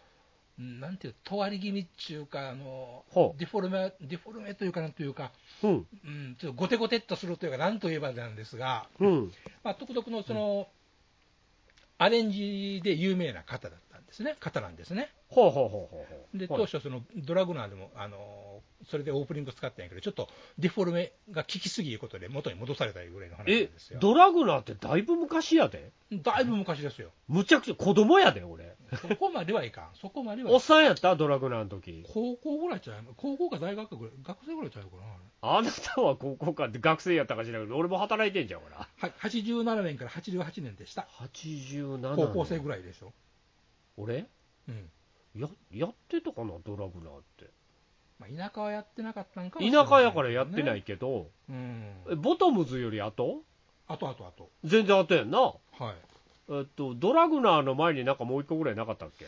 [SPEAKER 4] うんなんていう、とわり気味っていうか、あの
[SPEAKER 3] ほう
[SPEAKER 4] デフォルメ、デフォルメというか、なんというか、
[SPEAKER 3] うん、
[SPEAKER 4] うん、ちょっとゴテゴテっとするというか、なんといえばなんですが、
[SPEAKER 3] うん。
[SPEAKER 4] まあ、独特のその、アレンジで有名な方だったんですね、方なんですね。
[SPEAKER 3] ほうほうほうほうほう。
[SPEAKER 4] で
[SPEAKER 3] はい
[SPEAKER 4] 当初、そのドラグナーでも、あのそれでオープニング使ったんやけど、ちょっとデフォルメが効きすぎいうことで、元に戻されたいうぐらいの話なん
[SPEAKER 3] え
[SPEAKER 4] ですよ、。
[SPEAKER 3] ドラグナーってだいぶ昔やで。
[SPEAKER 4] だいぶ昔ですよ、
[SPEAKER 3] むちゃくちゃ子供やで、俺。
[SPEAKER 4] そこまではいかん、そこまで
[SPEAKER 3] お
[SPEAKER 4] は
[SPEAKER 3] っさんやったドラグナーの時。
[SPEAKER 4] 高校ぐらいちゃう高校か大学ぐらい、学生ぐらいちゃうかな、
[SPEAKER 3] あなたは高校かって学生やったか知らんけど、俺も働いてんじゃん、ほら。
[SPEAKER 4] は87年から88年でした、
[SPEAKER 3] 87年。
[SPEAKER 4] 高校生ぐ
[SPEAKER 3] らい。
[SPEAKER 4] らいでしょ、
[SPEAKER 3] 俺
[SPEAKER 4] うん
[SPEAKER 3] ややってたかな、ドラグナーって。
[SPEAKER 4] まあ、田舎はやってなかったんかもしれない
[SPEAKER 3] 田舎やからやってない、けど、
[SPEAKER 4] うん、
[SPEAKER 3] えボトムズより後
[SPEAKER 4] あとあとあと、
[SPEAKER 3] 全然後やんな。
[SPEAKER 4] はい
[SPEAKER 3] えっと、ドラグナーの前になんかもう一個ぐらいなかったっけ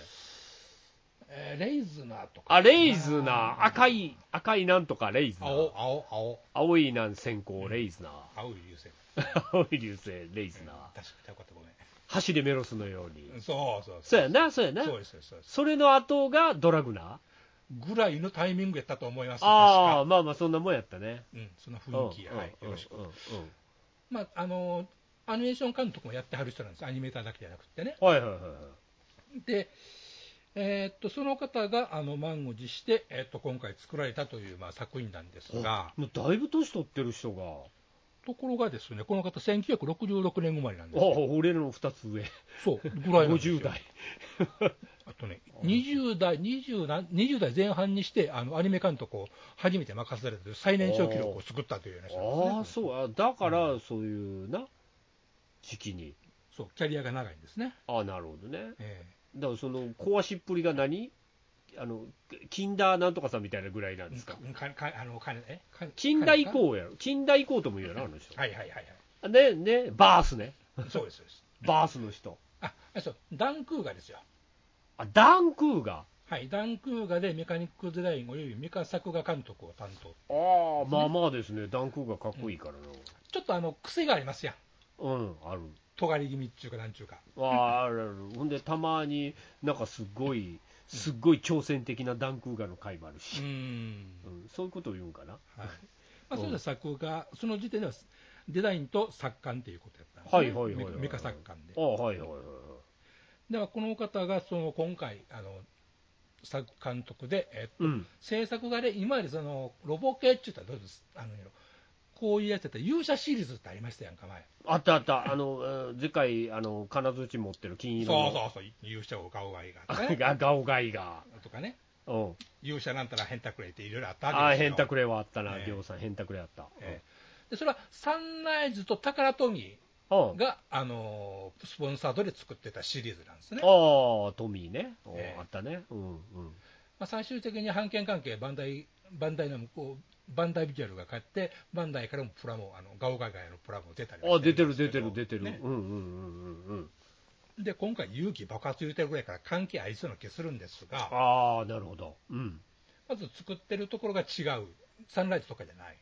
[SPEAKER 4] えーレイズナーとか、
[SPEAKER 3] あ、レイズナー。赤い、赤いなんとかレイズナー
[SPEAKER 4] 青、。青、青、
[SPEAKER 3] 青いなん先行、レイズナ
[SPEAKER 4] 青い流星、
[SPEAKER 3] ー。青い流星、レイズナー。
[SPEAKER 4] 確かによかった、ごめん。
[SPEAKER 3] 走りメロスのように。
[SPEAKER 4] そうそう
[SPEAKER 3] そうやな、そうやな。
[SPEAKER 4] そうですそうですそうです
[SPEAKER 3] それの後がドラグナー
[SPEAKER 4] ぐらいのタイミングやったと思います
[SPEAKER 3] ああ、
[SPEAKER 4] 確か
[SPEAKER 3] まあまあ、そんなもんやったね。
[SPEAKER 4] うん、その雰囲気
[SPEAKER 3] うん
[SPEAKER 4] はい
[SPEAKER 3] うん
[SPEAKER 4] よろしく
[SPEAKER 3] うんうん
[SPEAKER 4] まああのアニメーション監督もやってはる人なんですアニメーターだけじゃなくってね
[SPEAKER 3] はいはいはいはい。
[SPEAKER 4] でえーっとその方があの満を持して、えーっと今回作られたという、まあ、作品なんですが
[SPEAKER 3] もうだいぶ年取ってる人が、
[SPEAKER 4] ところがですねこの方1966年生まれなん
[SPEAKER 3] あ
[SPEAKER 4] で
[SPEAKER 3] あ
[SPEAKER 4] すよ
[SPEAKER 3] 俺らの2つ上、
[SPEAKER 4] そうぐらいなんですよ
[SPEAKER 3] 50代。
[SPEAKER 4] あとね20代 20, な20代前半にしてあのアニメ監督を初めて任されたという最年少記録を作ったというような人なんですね
[SPEAKER 3] ああ、そう、あだからそういうな、時期に。
[SPEAKER 4] そうキャリアが長いんですね
[SPEAKER 3] ああ、なるほどね。
[SPEAKER 4] ええ
[SPEAKER 3] だからその壊しっぷりが何あの、近代なんとかさんみたいなぐらいなんですか。
[SPEAKER 4] かかあの金え金
[SPEAKER 3] 近代以
[SPEAKER 4] 金
[SPEAKER 3] 降やろ。近代以降とも言うよな、あの人
[SPEAKER 4] か。はいはいは
[SPEAKER 3] ね、
[SPEAKER 4] い
[SPEAKER 3] ね、バースね。
[SPEAKER 4] はいそうですそうです
[SPEAKER 3] バースの人。
[SPEAKER 4] ああそうダンクーガですよ
[SPEAKER 3] あ、ダンクーが。
[SPEAKER 4] はいダンクーガでメカニックデザインおよびメカ作画監督を担当
[SPEAKER 3] ああ、まあまあですね、ダンクーがかっこいいからな。
[SPEAKER 4] ちょっとあの癖がありますやん
[SPEAKER 3] うん、ある。
[SPEAKER 4] 尖り気味っちゅうかなんちゅうか
[SPEAKER 3] ああ、あるある。ほんで、たまになんかすごい、すっごい挑戦的なダンクーガの回もある
[SPEAKER 4] う
[SPEAKER 3] し、
[SPEAKER 4] ん
[SPEAKER 3] うん、そういうことを言うんかな。
[SPEAKER 4] はいまあ、それで作画その時点ではデザインと作家っていうことやったんです、
[SPEAKER 3] はいはいはいはい
[SPEAKER 4] メカメカ作家で
[SPEAKER 3] ああ、はいはいはいはい。
[SPEAKER 4] だからこの方がその今回あの作監督で、えっと
[SPEAKER 3] うん。
[SPEAKER 4] 制作がね、今までそのロボ系って言ったらどうですあのこういうやつやったら勇者シリーズってありましたやんか前
[SPEAKER 3] あったあった、あの、うん次回、あの、金槌持ってる金色
[SPEAKER 4] そ
[SPEAKER 3] の。
[SPEAKER 4] うそうそう勇者をガオガイがとか
[SPEAKER 3] あ
[SPEAKER 4] ね
[SPEAKER 3] が、ガオガイが。
[SPEAKER 4] とかね
[SPEAKER 3] うん。
[SPEAKER 4] 勇者なんたらヘンタクレイっていろいろあった
[SPEAKER 3] あ
[SPEAKER 4] わ
[SPEAKER 3] あ、
[SPEAKER 4] けです
[SPEAKER 3] ヘ
[SPEAKER 4] よ
[SPEAKER 3] ンタクレはあったな、
[SPEAKER 4] ええ
[SPEAKER 3] りょうさん、ヘンタクレあった。
[SPEAKER 4] ええでそれはサンライズとタカラトミ
[SPEAKER 3] うん。
[SPEAKER 4] ーが、あのースポンサードで作ってたシリーズなんですね、ま
[SPEAKER 3] ああ、トミーね。うん
[SPEAKER 4] ええ
[SPEAKER 3] あったね。うん、うん。
[SPEAKER 4] あ、最終的に版権関係バンダイバンダイの向こうバンダイビジュアルが買ってバンダイからもプラモあのガオガイガイのプラモ出たり
[SPEAKER 3] あ
[SPEAKER 4] は
[SPEAKER 3] あ、
[SPEAKER 4] し
[SPEAKER 3] 出
[SPEAKER 4] て
[SPEAKER 3] て
[SPEAKER 4] んで
[SPEAKER 3] る
[SPEAKER 4] す
[SPEAKER 3] 出
[SPEAKER 4] けど
[SPEAKER 3] てる出てる。
[SPEAKER 4] ね
[SPEAKER 3] うんうんうんうんうん。
[SPEAKER 4] で今回、勇気爆発言うてるぐらいから関係ありそうな気するんですが、
[SPEAKER 3] ああ、なるほど。うん。
[SPEAKER 4] まず作ってるところが違う、サンライズとかじゃない、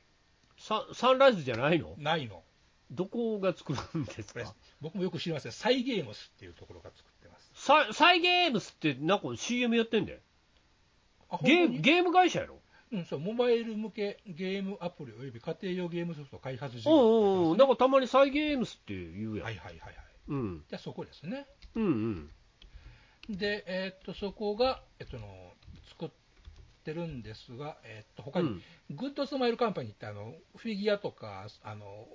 [SPEAKER 3] ササンライズじゃないの
[SPEAKER 4] ないの、
[SPEAKER 3] どこが作るんです
[SPEAKER 4] これ
[SPEAKER 3] か、
[SPEAKER 4] 僕もよく知りません、サイ・ゲームスっていうところが作ってます。
[SPEAKER 3] ササイゲームスってなんか CM やってんだよ。
[SPEAKER 4] あ
[SPEAKER 3] ゲーム
[SPEAKER 4] 本当に
[SPEAKER 3] ゲーム会社やろ
[SPEAKER 4] うん、そうモバイル向けゲームアプリおよび家庭用ゲームソフト開発事
[SPEAKER 3] うんうん
[SPEAKER 4] 業
[SPEAKER 3] うん。なんかたまにサイゲームスって言うやん。
[SPEAKER 4] はいはいはいはい、
[SPEAKER 3] うん。
[SPEAKER 4] じゃあそこですね、
[SPEAKER 3] うんうん。
[SPEAKER 4] で、えーっとそこが、えっとの作ってるんですが、えーっと他に、
[SPEAKER 3] うん
[SPEAKER 4] グッドスマイルカンパニーってあのフィギュアとかあの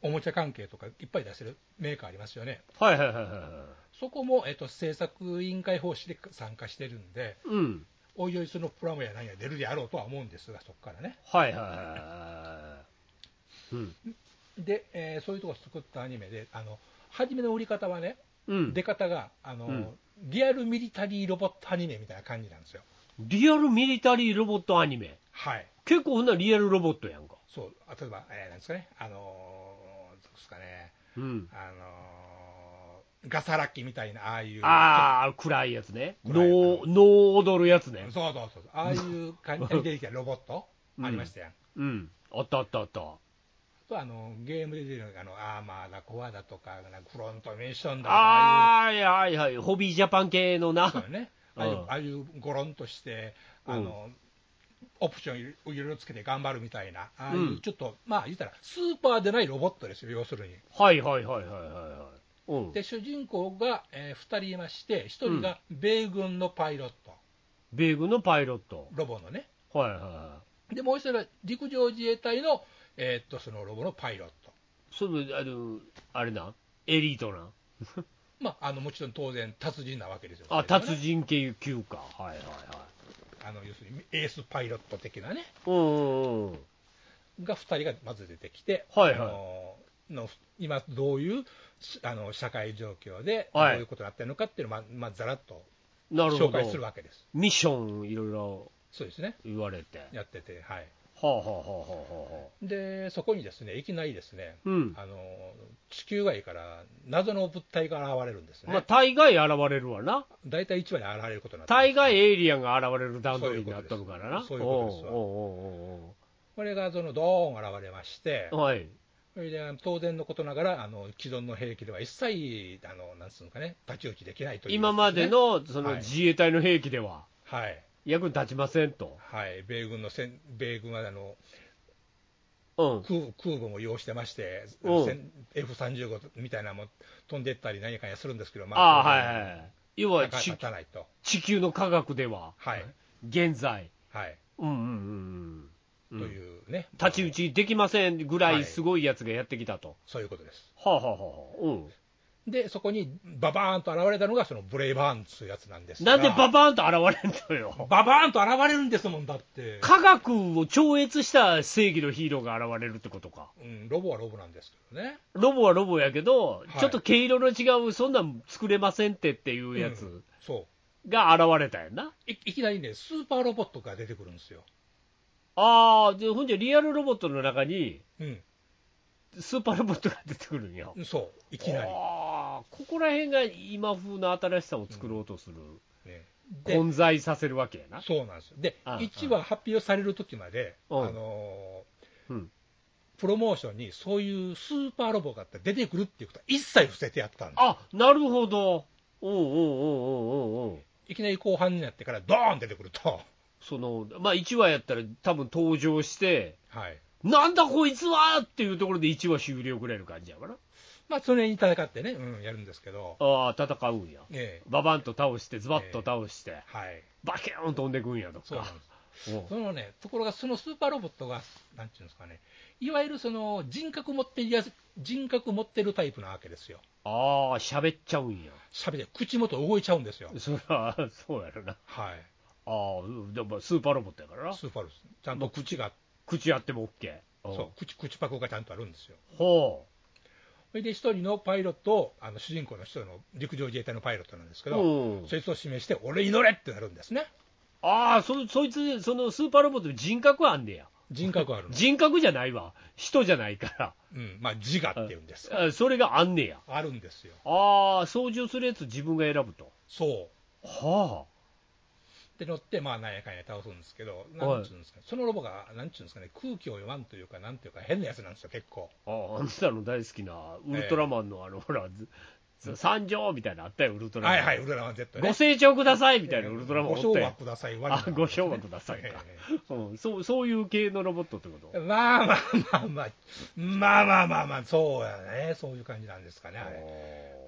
[SPEAKER 4] おもちゃ関係とかいっぱい出してるメーカーありますよね、
[SPEAKER 3] はいはいはいはいは
[SPEAKER 4] そこも、えっと制作委員会方式で参加してるんで、
[SPEAKER 3] い。うん。
[SPEAKER 4] おいおいそのプラモや何や出るであろうとは思うんですが、そこからね。
[SPEAKER 3] はいはいはいはい。うん。
[SPEAKER 4] で、えーそういうとこ作ったアニメで、あの初めの売り方はね、
[SPEAKER 3] うん。
[SPEAKER 4] 出方があの、
[SPEAKER 3] うん
[SPEAKER 4] リアルミリタリーロボットアニメみたいな感じなんですよ。
[SPEAKER 3] リアルミリタリーロボットアニメ。
[SPEAKER 4] はい
[SPEAKER 3] 結構ほんならリアルロボットやんか。
[SPEAKER 4] そう、あ例えば、えーなんですかね、あのーですかね、
[SPEAKER 3] うん。
[SPEAKER 4] あのーガサラッキみたいな、ああいう、
[SPEAKER 3] ああ、暗いやつね。
[SPEAKER 4] 暗い
[SPEAKER 3] 脳、脳踊るやつね。
[SPEAKER 4] そうそうそう、ああいう感じで出てきたロボット、
[SPEAKER 3] うん
[SPEAKER 4] ありましたやん。
[SPEAKER 3] うん。あったあったあった。
[SPEAKER 4] あとあのゲームで出てるあのアーマーだ、コアだとか、なんかフロントミッションだとか、ああいう
[SPEAKER 3] ああ、はいはい。ホビージャパン系のな
[SPEAKER 4] そう。よね、ああいう
[SPEAKER 3] うん
[SPEAKER 4] ああいうゴロンとして、あのオプションをいろいろつけて頑張るみたいな、ああいう
[SPEAKER 3] うん
[SPEAKER 4] ちょっと、まあ言ったら、スーパーでないロボットですよ、要するに。
[SPEAKER 3] はいはいはいはいはいはい。うん。
[SPEAKER 4] で、主人公が、え2人いまして、1人が米軍のパイロット、
[SPEAKER 3] 米軍のパイロット。
[SPEAKER 4] ロボのね、
[SPEAKER 3] はいはいはい。
[SPEAKER 4] でもう1人は陸上自衛隊の,、えーっとそのロボのパイロット。
[SPEAKER 3] それ、あの、あれな。エリートな。
[SPEAKER 4] まあ、あのもちろん当然、達人なわけですよ。
[SPEAKER 3] あ、
[SPEAKER 4] それはね
[SPEAKER 3] 達人系級か。はいはいはい。
[SPEAKER 4] あの要するにエースパイロット的なね、
[SPEAKER 3] うんうんうん。
[SPEAKER 4] が2人がまず出てきて、
[SPEAKER 3] はいはい
[SPEAKER 4] あのの今、どういうしあの社会状況で、どう
[SPEAKER 3] はい
[SPEAKER 4] いうことになってるのかっていうのを、ままあ、ざらっと
[SPEAKER 3] なるほ
[SPEAKER 4] 紹介
[SPEAKER 3] ど
[SPEAKER 4] す。るわけです。
[SPEAKER 3] ミッションいろいろ
[SPEAKER 4] そうですね、
[SPEAKER 3] 言われて。
[SPEAKER 4] やってて、はい、
[SPEAKER 3] はあはあはあはあはあ。
[SPEAKER 4] でそこにですねいきなりですね、
[SPEAKER 3] うん。
[SPEAKER 4] あの地球外から謎の物体が現れるんですね、
[SPEAKER 3] まあ、大概現れるわな。
[SPEAKER 4] 大体1話に現れることになってます
[SPEAKER 3] 大概エイリアンが現れる段取りになっとるからな。
[SPEAKER 4] そういうことですそういうこれがそのドーン現れまして
[SPEAKER 3] おうおうおうおう、はい。
[SPEAKER 4] それであの当然のことながら、あの既存の兵器では一切、あのなんつうのかね、太刀打ちできないという、
[SPEAKER 3] 今まで、のその
[SPEAKER 4] はい
[SPEAKER 3] 自衛隊の兵器では
[SPEAKER 4] はい
[SPEAKER 3] 役に立ちませんと。
[SPEAKER 4] はい、米軍の戦米軍はあの
[SPEAKER 3] うん。
[SPEAKER 4] 空空母も用意してまして、
[SPEAKER 3] うん
[SPEAKER 4] 戦 F35 みたいなのも飛んでったり、何かにするんですけど、ま
[SPEAKER 3] ああ、はいはい。要
[SPEAKER 4] 当
[SPEAKER 3] は
[SPEAKER 4] 然なかなか
[SPEAKER 3] 地
[SPEAKER 4] 立たないと、
[SPEAKER 3] 地球の科学では、
[SPEAKER 4] はい
[SPEAKER 3] 現在、
[SPEAKER 4] はい、
[SPEAKER 3] うんうんうんうん。
[SPEAKER 4] と
[SPEAKER 3] うん
[SPEAKER 4] いうね、
[SPEAKER 3] 太刀打ちできませんぐら
[SPEAKER 4] はい
[SPEAKER 3] いすごいやつがやってきたと。
[SPEAKER 4] そういうことです。
[SPEAKER 3] はあはあはあはあ。うん。
[SPEAKER 4] で、そこにババーンと現れたのが、そのブレイバーンというやつなんですが
[SPEAKER 3] なんでババーンと現れんのよ。
[SPEAKER 4] ババーンと現れるんですもんだって、
[SPEAKER 3] 科学を超越した正義のヒーローが現れるってことか。
[SPEAKER 4] うん、ロボはロボなんですけどね。
[SPEAKER 3] ロボはロボやけど、
[SPEAKER 4] はい
[SPEAKER 3] ちょっと毛色の違う、そんなん作れませんってっていうや
[SPEAKER 4] う
[SPEAKER 3] つ
[SPEAKER 4] んそう
[SPEAKER 3] が現れたやんな。
[SPEAKER 4] いいきなりね、スーパーロボットが出てくるんですよ。
[SPEAKER 3] ああ、で、ほんじゃリアルロボットの中に、
[SPEAKER 4] う
[SPEAKER 3] スーパーロボットが出てくるんや。
[SPEAKER 4] ん、そう、いきなり。
[SPEAKER 3] ああ、ここら辺が今風の新しさを作ろうとする、
[SPEAKER 4] ね、で、
[SPEAKER 3] 混在させるわけやな。
[SPEAKER 4] そうなんですよ。で、
[SPEAKER 3] ああ
[SPEAKER 4] 1話発表される時まで、あ
[SPEAKER 3] うん
[SPEAKER 4] の
[SPEAKER 3] うん。
[SPEAKER 4] ープロモーションにそういうスーパーロボが出てくるっていうことは一切伏せてやったんで
[SPEAKER 3] あ、なるほど。うんうんうんうんうんうん。
[SPEAKER 4] す。いきなり後半になってから、ドーン出てくると、
[SPEAKER 3] その、まあ1話やったら多分登場して、
[SPEAKER 4] はい。
[SPEAKER 3] なんだこいつはっていうところで1話終了ぐらいの感じやから。
[SPEAKER 4] まあ、それに戦ってね、うん、やるんですけど、
[SPEAKER 3] ああ、戦うんや。
[SPEAKER 4] ええ、
[SPEAKER 3] ババンと倒して、ズバッと倒して、
[SPEAKER 4] はい。
[SPEAKER 3] バキューン飛んでくんやと
[SPEAKER 4] そうなん
[SPEAKER 3] か
[SPEAKER 4] で。す。
[SPEAKER 3] うん
[SPEAKER 4] そのね、ところが、そのスーパーロボットが、なんていうんですかね、いわゆるその人格持ってるやつ、人格持ってるタイプなわけですよ。
[SPEAKER 3] ああ、喋っちゃうんや。
[SPEAKER 4] 喋って、口元動いちゃうんですよ。
[SPEAKER 3] そりゃ、そうやろな。
[SPEAKER 4] はい。
[SPEAKER 3] ああ、うんでもスーパーロボットやからな。
[SPEAKER 4] スーパーロス。ちゃんと口が、
[SPEAKER 3] 口あっても OK。
[SPEAKER 4] そう、口、口パクがちゃんとあるんですよ。
[SPEAKER 3] うん。ほ
[SPEAKER 4] それで、一人のパイロットを、あの、主人公の人の陸上自衛隊のパイロットなんですけ
[SPEAKER 3] う。
[SPEAKER 4] ど、
[SPEAKER 3] うん
[SPEAKER 4] そいつを指名して、俺祈れってなるんですね。
[SPEAKER 3] ああ、そ、そいつ、そのスーパーロボット人格あんねや。
[SPEAKER 4] 人格あるの。
[SPEAKER 3] 人格じゃないわ。人じゃないから。
[SPEAKER 4] うん、まあ、自我って言うんです。
[SPEAKER 3] あそれがあんねや。
[SPEAKER 4] あるんですよ。
[SPEAKER 3] ああ、操縦するやつ自分が選ぶと。
[SPEAKER 4] そう。
[SPEAKER 3] は
[SPEAKER 4] で乗って、まあ、なんやかんや倒すんですけど、なんちゅうんですか、そのロボが、なんちゅうんですかね、空気を読まんというか、なんていうか、変なやつなんですよ、結構。
[SPEAKER 3] あ。ああ、あんたの大好きな、ウルトラマンのあの、ほら、ずず参上みたいなのあったよ、ウルトラマ
[SPEAKER 4] は
[SPEAKER 3] ン。
[SPEAKER 4] いはい、ウルトラマン Z ね。
[SPEAKER 3] ご成長くださいみたいなウルトラマンおっ
[SPEAKER 4] ご
[SPEAKER 3] た
[SPEAKER 4] 賞
[SPEAKER 3] よ
[SPEAKER 4] はください、我
[SPEAKER 3] あ
[SPEAKER 4] 々、
[SPEAKER 3] ご賞はください か
[SPEAKER 4] え。
[SPEAKER 3] うん、そう、そういう系のロボットってこと
[SPEAKER 4] えまあまあまあまあ、まあまあまあまあ、そうやね、そういう感じなんですかね、あれ。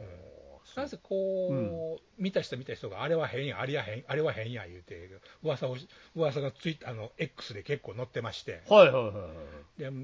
[SPEAKER 3] あ
[SPEAKER 4] なんせこう、見た人見た人が、あれは変や、あれや変、あれは変や言うて、噂をし、噂がついあの、X で結構載ってまして、
[SPEAKER 3] あはいはいはいはい。
[SPEAKER 4] で、あの、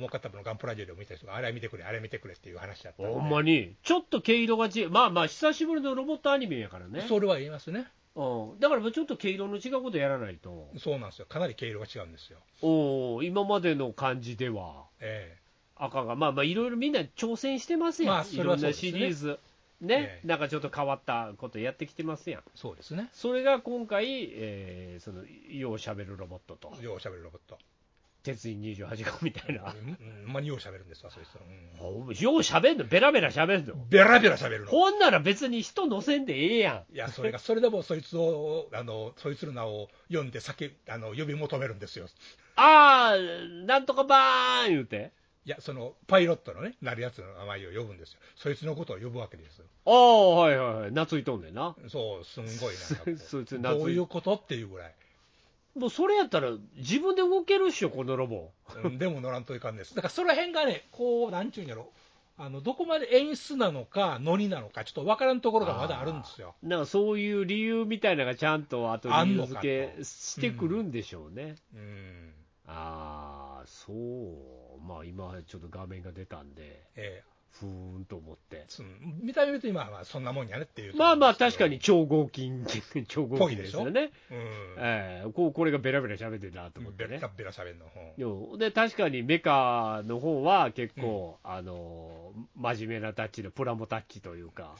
[SPEAKER 4] もう片方のガンプラジオでも見た人が、あれは見てくれ、あれ見てくれっていう話だったんで
[SPEAKER 3] ほんまに、ちょっと毛色が違う、まあまあ、久しぶりのロボットアニメやからね、
[SPEAKER 4] それは言えますね。
[SPEAKER 3] うん、だからちょっと毛色の違うことやらないと、
[SPEAKER 4] そうなんですよ、かなり毛色が違うんですよ。
[SPEAKER 3] おー今までの感じでは、
[SPEAKER 4] え
[SPEAKER 3] 赤が、まあまあ、いろいろみんな挑戦してますやん、
[SPEAKER 4] まあそ
[SPEAKER 3] い
[SPEAKER 4] れは
[SPEAKER 3] ろん
[SPEAKER 4] そう
[SPEAKER 3] な
[SPEAKER 4] ですね
[SPEAKER 3] シリーズ、ね
[SPEAKER 4] え、え
[SPEAKER 3] なんかちょっと変わったことやってきてますやん、
[SPEAKER 4] えそうですね。
[SPEAKER 3] それが今回、えーそのようしゃべるロボットと
[SPEAKER 4] ようしゃべるロボット。
[SPEAKER 3] 鉄人28号みたいな。
[SPEAKER 4] うんうんまによう喋るんですわ、そういう人。うん
[SPEAKER 3] お前よう喋んのベラベラ喋んの
[SPEAKER 4] ベラベラ喋るの。
[SPEAKER 3] ほんなら別に人乗せんでええやん。
[SPEAKER 4] いや、それが、それでもそいつを、あの、そいつの名を読んで叫、あの、呼び求めるんですよ。
[SPEAKER 3] あー、なんとかばーん言うて。
[SPEAKER 4] いや、その、パイロットのね、なるやつの名前を呼ぶんですよ。そいつのことを呼ぶわけですよ。
[SPEAKER 3] あー、はいはいはい。懐いとんねんな。
[SPEAKER 4] そう、すんごいなん かこ
[SPEAKER 3] そいつ
[SPEAKER 4] う、
[SPEAKER 3] 懐い
[SPEAKER 4] どういうことっていうぐらい。
[SPEAKER 3] もうそれやったら自分で動けるっしょ、このロボ。
[SPEAKER 4] うんでも乗らんといかんです。だからその辺がね、こう、なんちゅうんやろ、あのどこまで演出なのか、ノリなのか、ちょっとわからんところがまだあるんですよ。
[SPEAKER 3] なんかそういう理由みたいなのがちゃんと後理由付
[SPEAKER 4] あんのか
[SPEAKER 3] け
[SPEAKER 4] と
[SPEAKER 3] してくるんでしょうね。
[SPEAKER 4] うん
[SPEAKER 3] あー、そう。まあ今ちょっと画面が出たんで、
[SPEAKER 4] ええ
[SPEAKER 3] ふーんと思って。
[SPEAKER 4] その見た目見ると今はそんなもんやねっていう。
[SPEAKER 3] まあまあ確かに。超合金、超合金ですよね。
[SPEAKER 4] うん。
[SPEAKER 3] ええこうこれがベラベラ喋ってるなと思って
[SPEAKER 4] ベ
[SPEAKER 3] ね
[SPEAKER 4] ラ。ベラ喋んの。うん
[SPEAKER 3] ようで確かにメカの方は結構、あの真面目なタッチでプラモタッチという か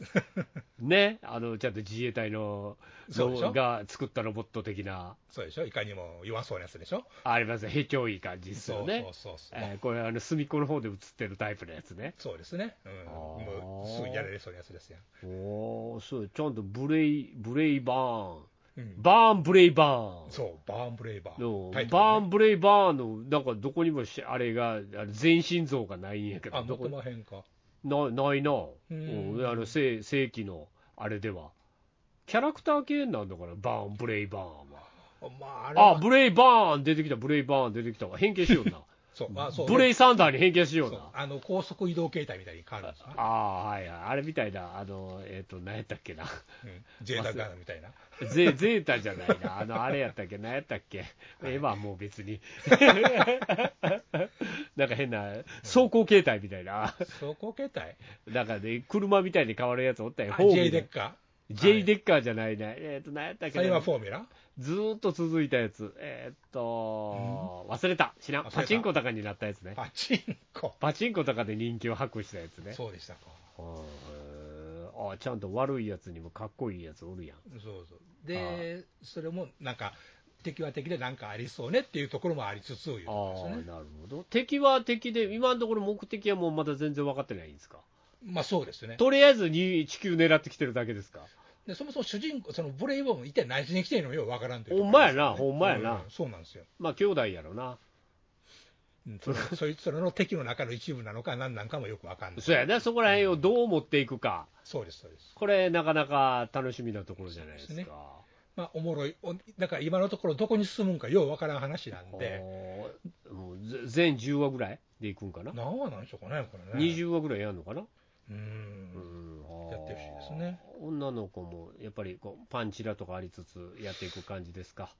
[SPEAKER 3] ねあのちゃんと自衛隊の
[SPEAKER 4] そうでしょ
[SPEAKER 3] のが作ったロボット的な
[SPEAKER 4] そうでしょいかにも弱そうなやつでしょ
[SPEAKER 3] ありますねへきょいい感じですよね
[SPEAKER 4] そうそうそうそう。
[SPEAKER 3] えーこれあの隅っこの方で映ってるタイプのやつね
[SPEAKER 4] そうですね。うん。
[SPEAKER 3] あー
[SPEAKER 4] もう、すぐやられそうなやつですよ。
[SPEAKER 3] おおそうちゃんとブレイブレイバーン
[SPEAKER 4] うん。
[SPEAKER 3] バーンブレイバーン
[SPEAKER 4] そう、バーンブレイバー。
[SPEAKER 3] の
[SPEAKER 4] タイトルね
[SPEAKER 3] バーンブレイバーンのなんかどこにもしあれがあの全身像がないんやけど
[SPEAKER 4] あ、
[SPEAKER 3] ど
[SPEAKER 4] 元
[SPEAKER 3] こ
[SPEAKER 4] もへんか。
[SPEAKER 3] なないな、
[SPEAKER 4] ん
[SPEAKER 3] うんあの正正規のあれでは、キャラクター系になるのかな、バーン、ブレイバーンは。
[SPEAKER 4] まあ、あれ
[SPEAKER 3] あ
[SPEAKER 4] は、
[SPEAKER 3] ブレイバーン出てきた、ブレイバーン出てきたわ、変形しような、
[SPEAKER 4] そう、まあ、 そう。
[SPEAKER 3] ブレイサンダーに変形しよう
[SPEAKER 4] そう
[SPEAKER 3] な、
[SPEAKER 4] あの高速移動形態みたいに変わるんですよ、
[SPEAKER 3] ああ、はいはい、あれみたいな、あの、えっ、と、何やったっけな、
[SPEAKER 4] うん、ジェーダガーナみたいな、
[SPEAKER 3] ゼゼータじゃないな、あの、あれやったっけ、何やったっけ、今はもう別 に、なんか変な、走行形態みたいな、
[SPEAKER 4] 走行形態、
[SPEAKER 3] なんかね、車みたいに変わるやつおったよ、
[SPEAKER 4] あ
[SPEAKER 3] ホーム
[SPEAKER 4] J デッカ
[SPEAKER 3] J デッカーじゃないね、えっ、と、何やったっ
[SPEAKER 4] ー、
[SPEAKER 3] け
[SPEAKER 4] それ
[SPEAKER 3] な
[SPEAKER 4] はフォーミュラ、
[SPEAKER 3] ずーっと続いたやつ、えーっと、忘れた、知ら
[SPEAKER 4] 忘
[SPEAKER 3] ん、
[SPEAKER 4] れた
[SPEAKER 3] パチンコとかになったやつね、
[SPEAKER 4] パチンコ、
[SPEAKER 3] パチンコとかで人気を博したやつね、
[SPEAKER 4] そうでしたか、
[SPEAKER 3] うんあちゃんと悪いやつにもかっこいいやつおるやん、
[SPEAKER 4] そうそう、で、それもなんか、敵は敵でなんかありそうねっていうところもありつつ、いうと
[SPEAKER 3] あ
[SPEAKER 4] ころです
[SPEAKER 3] ー
[SPEAKER 4] ね、
[SPEAKER 3] なるほど、敵は敵で、今のところ目的はもうまだ全然分かってないんですか、
[SPEAKER 4] まあそうですね、
[SPEAKER 3] とりあえずに地球狙ってきてるだけですか、
[SPEAKER 4] でそもそも主人公、そのブレイボーも一体何しに来てるのよ、わからんという
[SPEAKER 3] ほんまやな、ほんまやな
[SPEAKER 4] う、そうなんですよ、
[SPEAKER 3] まあ兄弟やろな、
[SPEAKER 4] うん それそいつらの敵の中の一部なのか、何なんかもよくわかんない、
[SPEAKER 3] そうやな、そこら辺をどう持っていくか、
[SPEAKER 4] そうです、そうです。
[SPEAKER 3] これ、なかなか楽しみなところじゃないですか。
[SPEAKER 4] そうですねまあ、おもろい、おだから今のところ、どこに進むんかようわからん話なんで、
[SPEAKER 3] あーもうぜ全10話ぐらいでいくんかな、
[SPEAKER 4] 何話なんでしょうかね、これね。
[SPEAKER 3] 20話ぐらいやるのかな、
[SPEAKER 4] う、
[SPEAKER 3] うんん
[SPEAKER 4] やってほしいですね
[SPEAKER 3] あー女の子もやっぱりこうパンチラとかありつつやっていく感じですか、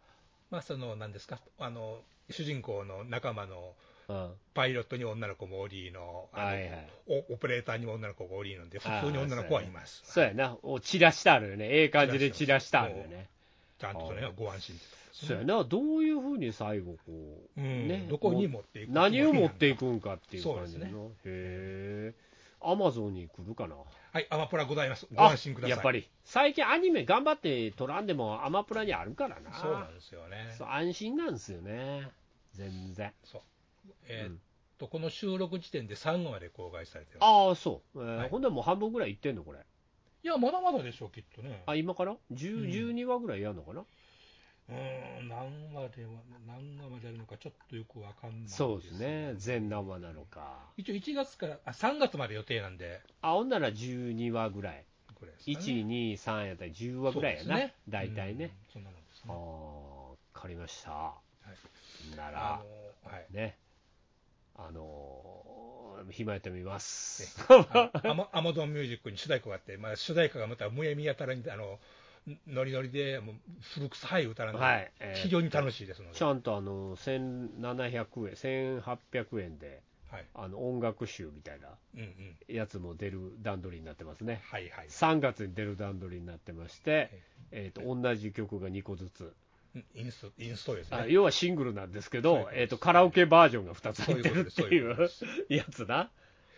[SPEAKER 4] まあ、その、なんですか、あの、主人公の仲間の
[SPEAKER 3] うん、
[SPEAKER 4] パイロットに女の子もおりの、あの
[SPEAKER 3] はいはい
[SPEAKER 4] おオペレーターにも女の子がおりので、普通に女の子はいます。
[SPEAKER 3] そうやな、お散らしてあるよね、ええ感じで散らしてあるよね、
[SPEAKER 4] ちゃんとそれはご安心ってとこです
[SPEAKER 3] そうやな、どういうふうに最後こう、
[SPEAKER 4] うん
[SPEAKER 3] ね、
[SPEAKER 4] どこに持っていく
[SPEAKER 3] もう何を持っていくんかっていう
[SPEAKER 4] そう
[SPEAKER 3] 感
[SPEAKER 4] で
[SPEAKER 3] じ
[SPEAKER 4] す
[SPEAKER 3] の、
[SPEAKER 4] ね
[SPEAKER 3] へえ、アマゾンに来るかな。
[SPEAKER 4] はい、アマプラございます。ご
[SPEAKER 3] あ
[SPEAKER 4] 安心ください。
[SPEAKER 3] やっぱ。り最近アニメ頑張って撮らんでもアマプラにあるからな
[SPEAKER 4] そうなんですよね。
[SPEAKER 3] そう安心なんですよね全然
[SPEAKER 4] えーっと、この収録時点で3話まで公開されてます。
[SPEAKER 3] ああそう、えー
[SPEAKER 4] はい
[SPEAKER 3] ほんでもう半分ぐらいいってんのこれ
[SPEAKER 4] いや、まだまだでしょう、きっとね。
[SPEAKER 3] あ今から10
[SPEAKER 4] うん
[SPEAKER 3] 12話ぐらいやるのかな、
[SPEAKER 4] うーん、何話では、何話まであるのか、ちょっとよくわかんないです、
[SPEAKER 3] そうですね全何話なのか
[SPEAKER 4] 一応1月から、あ、3月まで予定なんで、
[SPEAKER 3] あほんなら12話ぐらい
[SPEAKER 4] これですかね、
[SPEAKER 3] 123やったら10話ぐらいや
[SPEAKER 4] そう
[SPEAKER 3] な、
[SPEAKER 4] ですね
[SPEAKER 3] 大体ね、。
[SPEAKER 4] うんそんなもんです
[SPEAKER 3] ああ
[SPEAKER 4] ね。
[SPEAKER 3] わかりました
[SPEAKER 4] い
[SPEAKER 3] な
[SPEAKER 4] あ
[SPEAKER 3] ら
[SPEAKER 4] のーはい。
[SPEAKER 3] ねあのー暇やってみます
[SPEAKER 4] あのアマアマゾンミュージックに主題歌があって、まあ、主題歌がまたむやみやたらに、あの、ノリノリで、もう古臭い歌なんで、
[SPEAKER 3] はいえー
[SPEAKER 4] 非常に楽しいですので、
[SPEAKER 3] ちゃんとあの1700円、1800円で
[SPEAKER 4] はい。
[SPEAKER 3] あの音楽集みたいな
[SPEAKER 4] うんうん。
[SPEAKER 3] やつも出る段取りになってますね。
[SPEAKER 4] はいはい。
[SPEAKER 3] 3月に出る段取りになってまして、えー、と同じ曲が2個ずつ、
[SPEAKER 4] うんインスト、インストです
[SPEAKER 3] あ
[SPEAKER 4] ね。
[SPEAKER 3] 要はシングルなんですけ
[SPEAKER 4] そういう
[SPEAKER 3] ど
[SPEAKER 4] こ、とです
[SPEAKER 3] えー、とカラオケバージョンが2つ
[SPEAKER 4] そうい
[SPEAKER 3] 入
[SPEAKER 4] う
[SPEAKER 3] ってるっ
[SPEAKER 4] ことです
[SPEAKER 3] て
[SPEAKER 4] そういう
[SPEAKER 3] い
[SPEAKER 4] ことで
[SPEAKER 3] う
[SPEAKER 4] す
[SPEAKER 3] やつな。は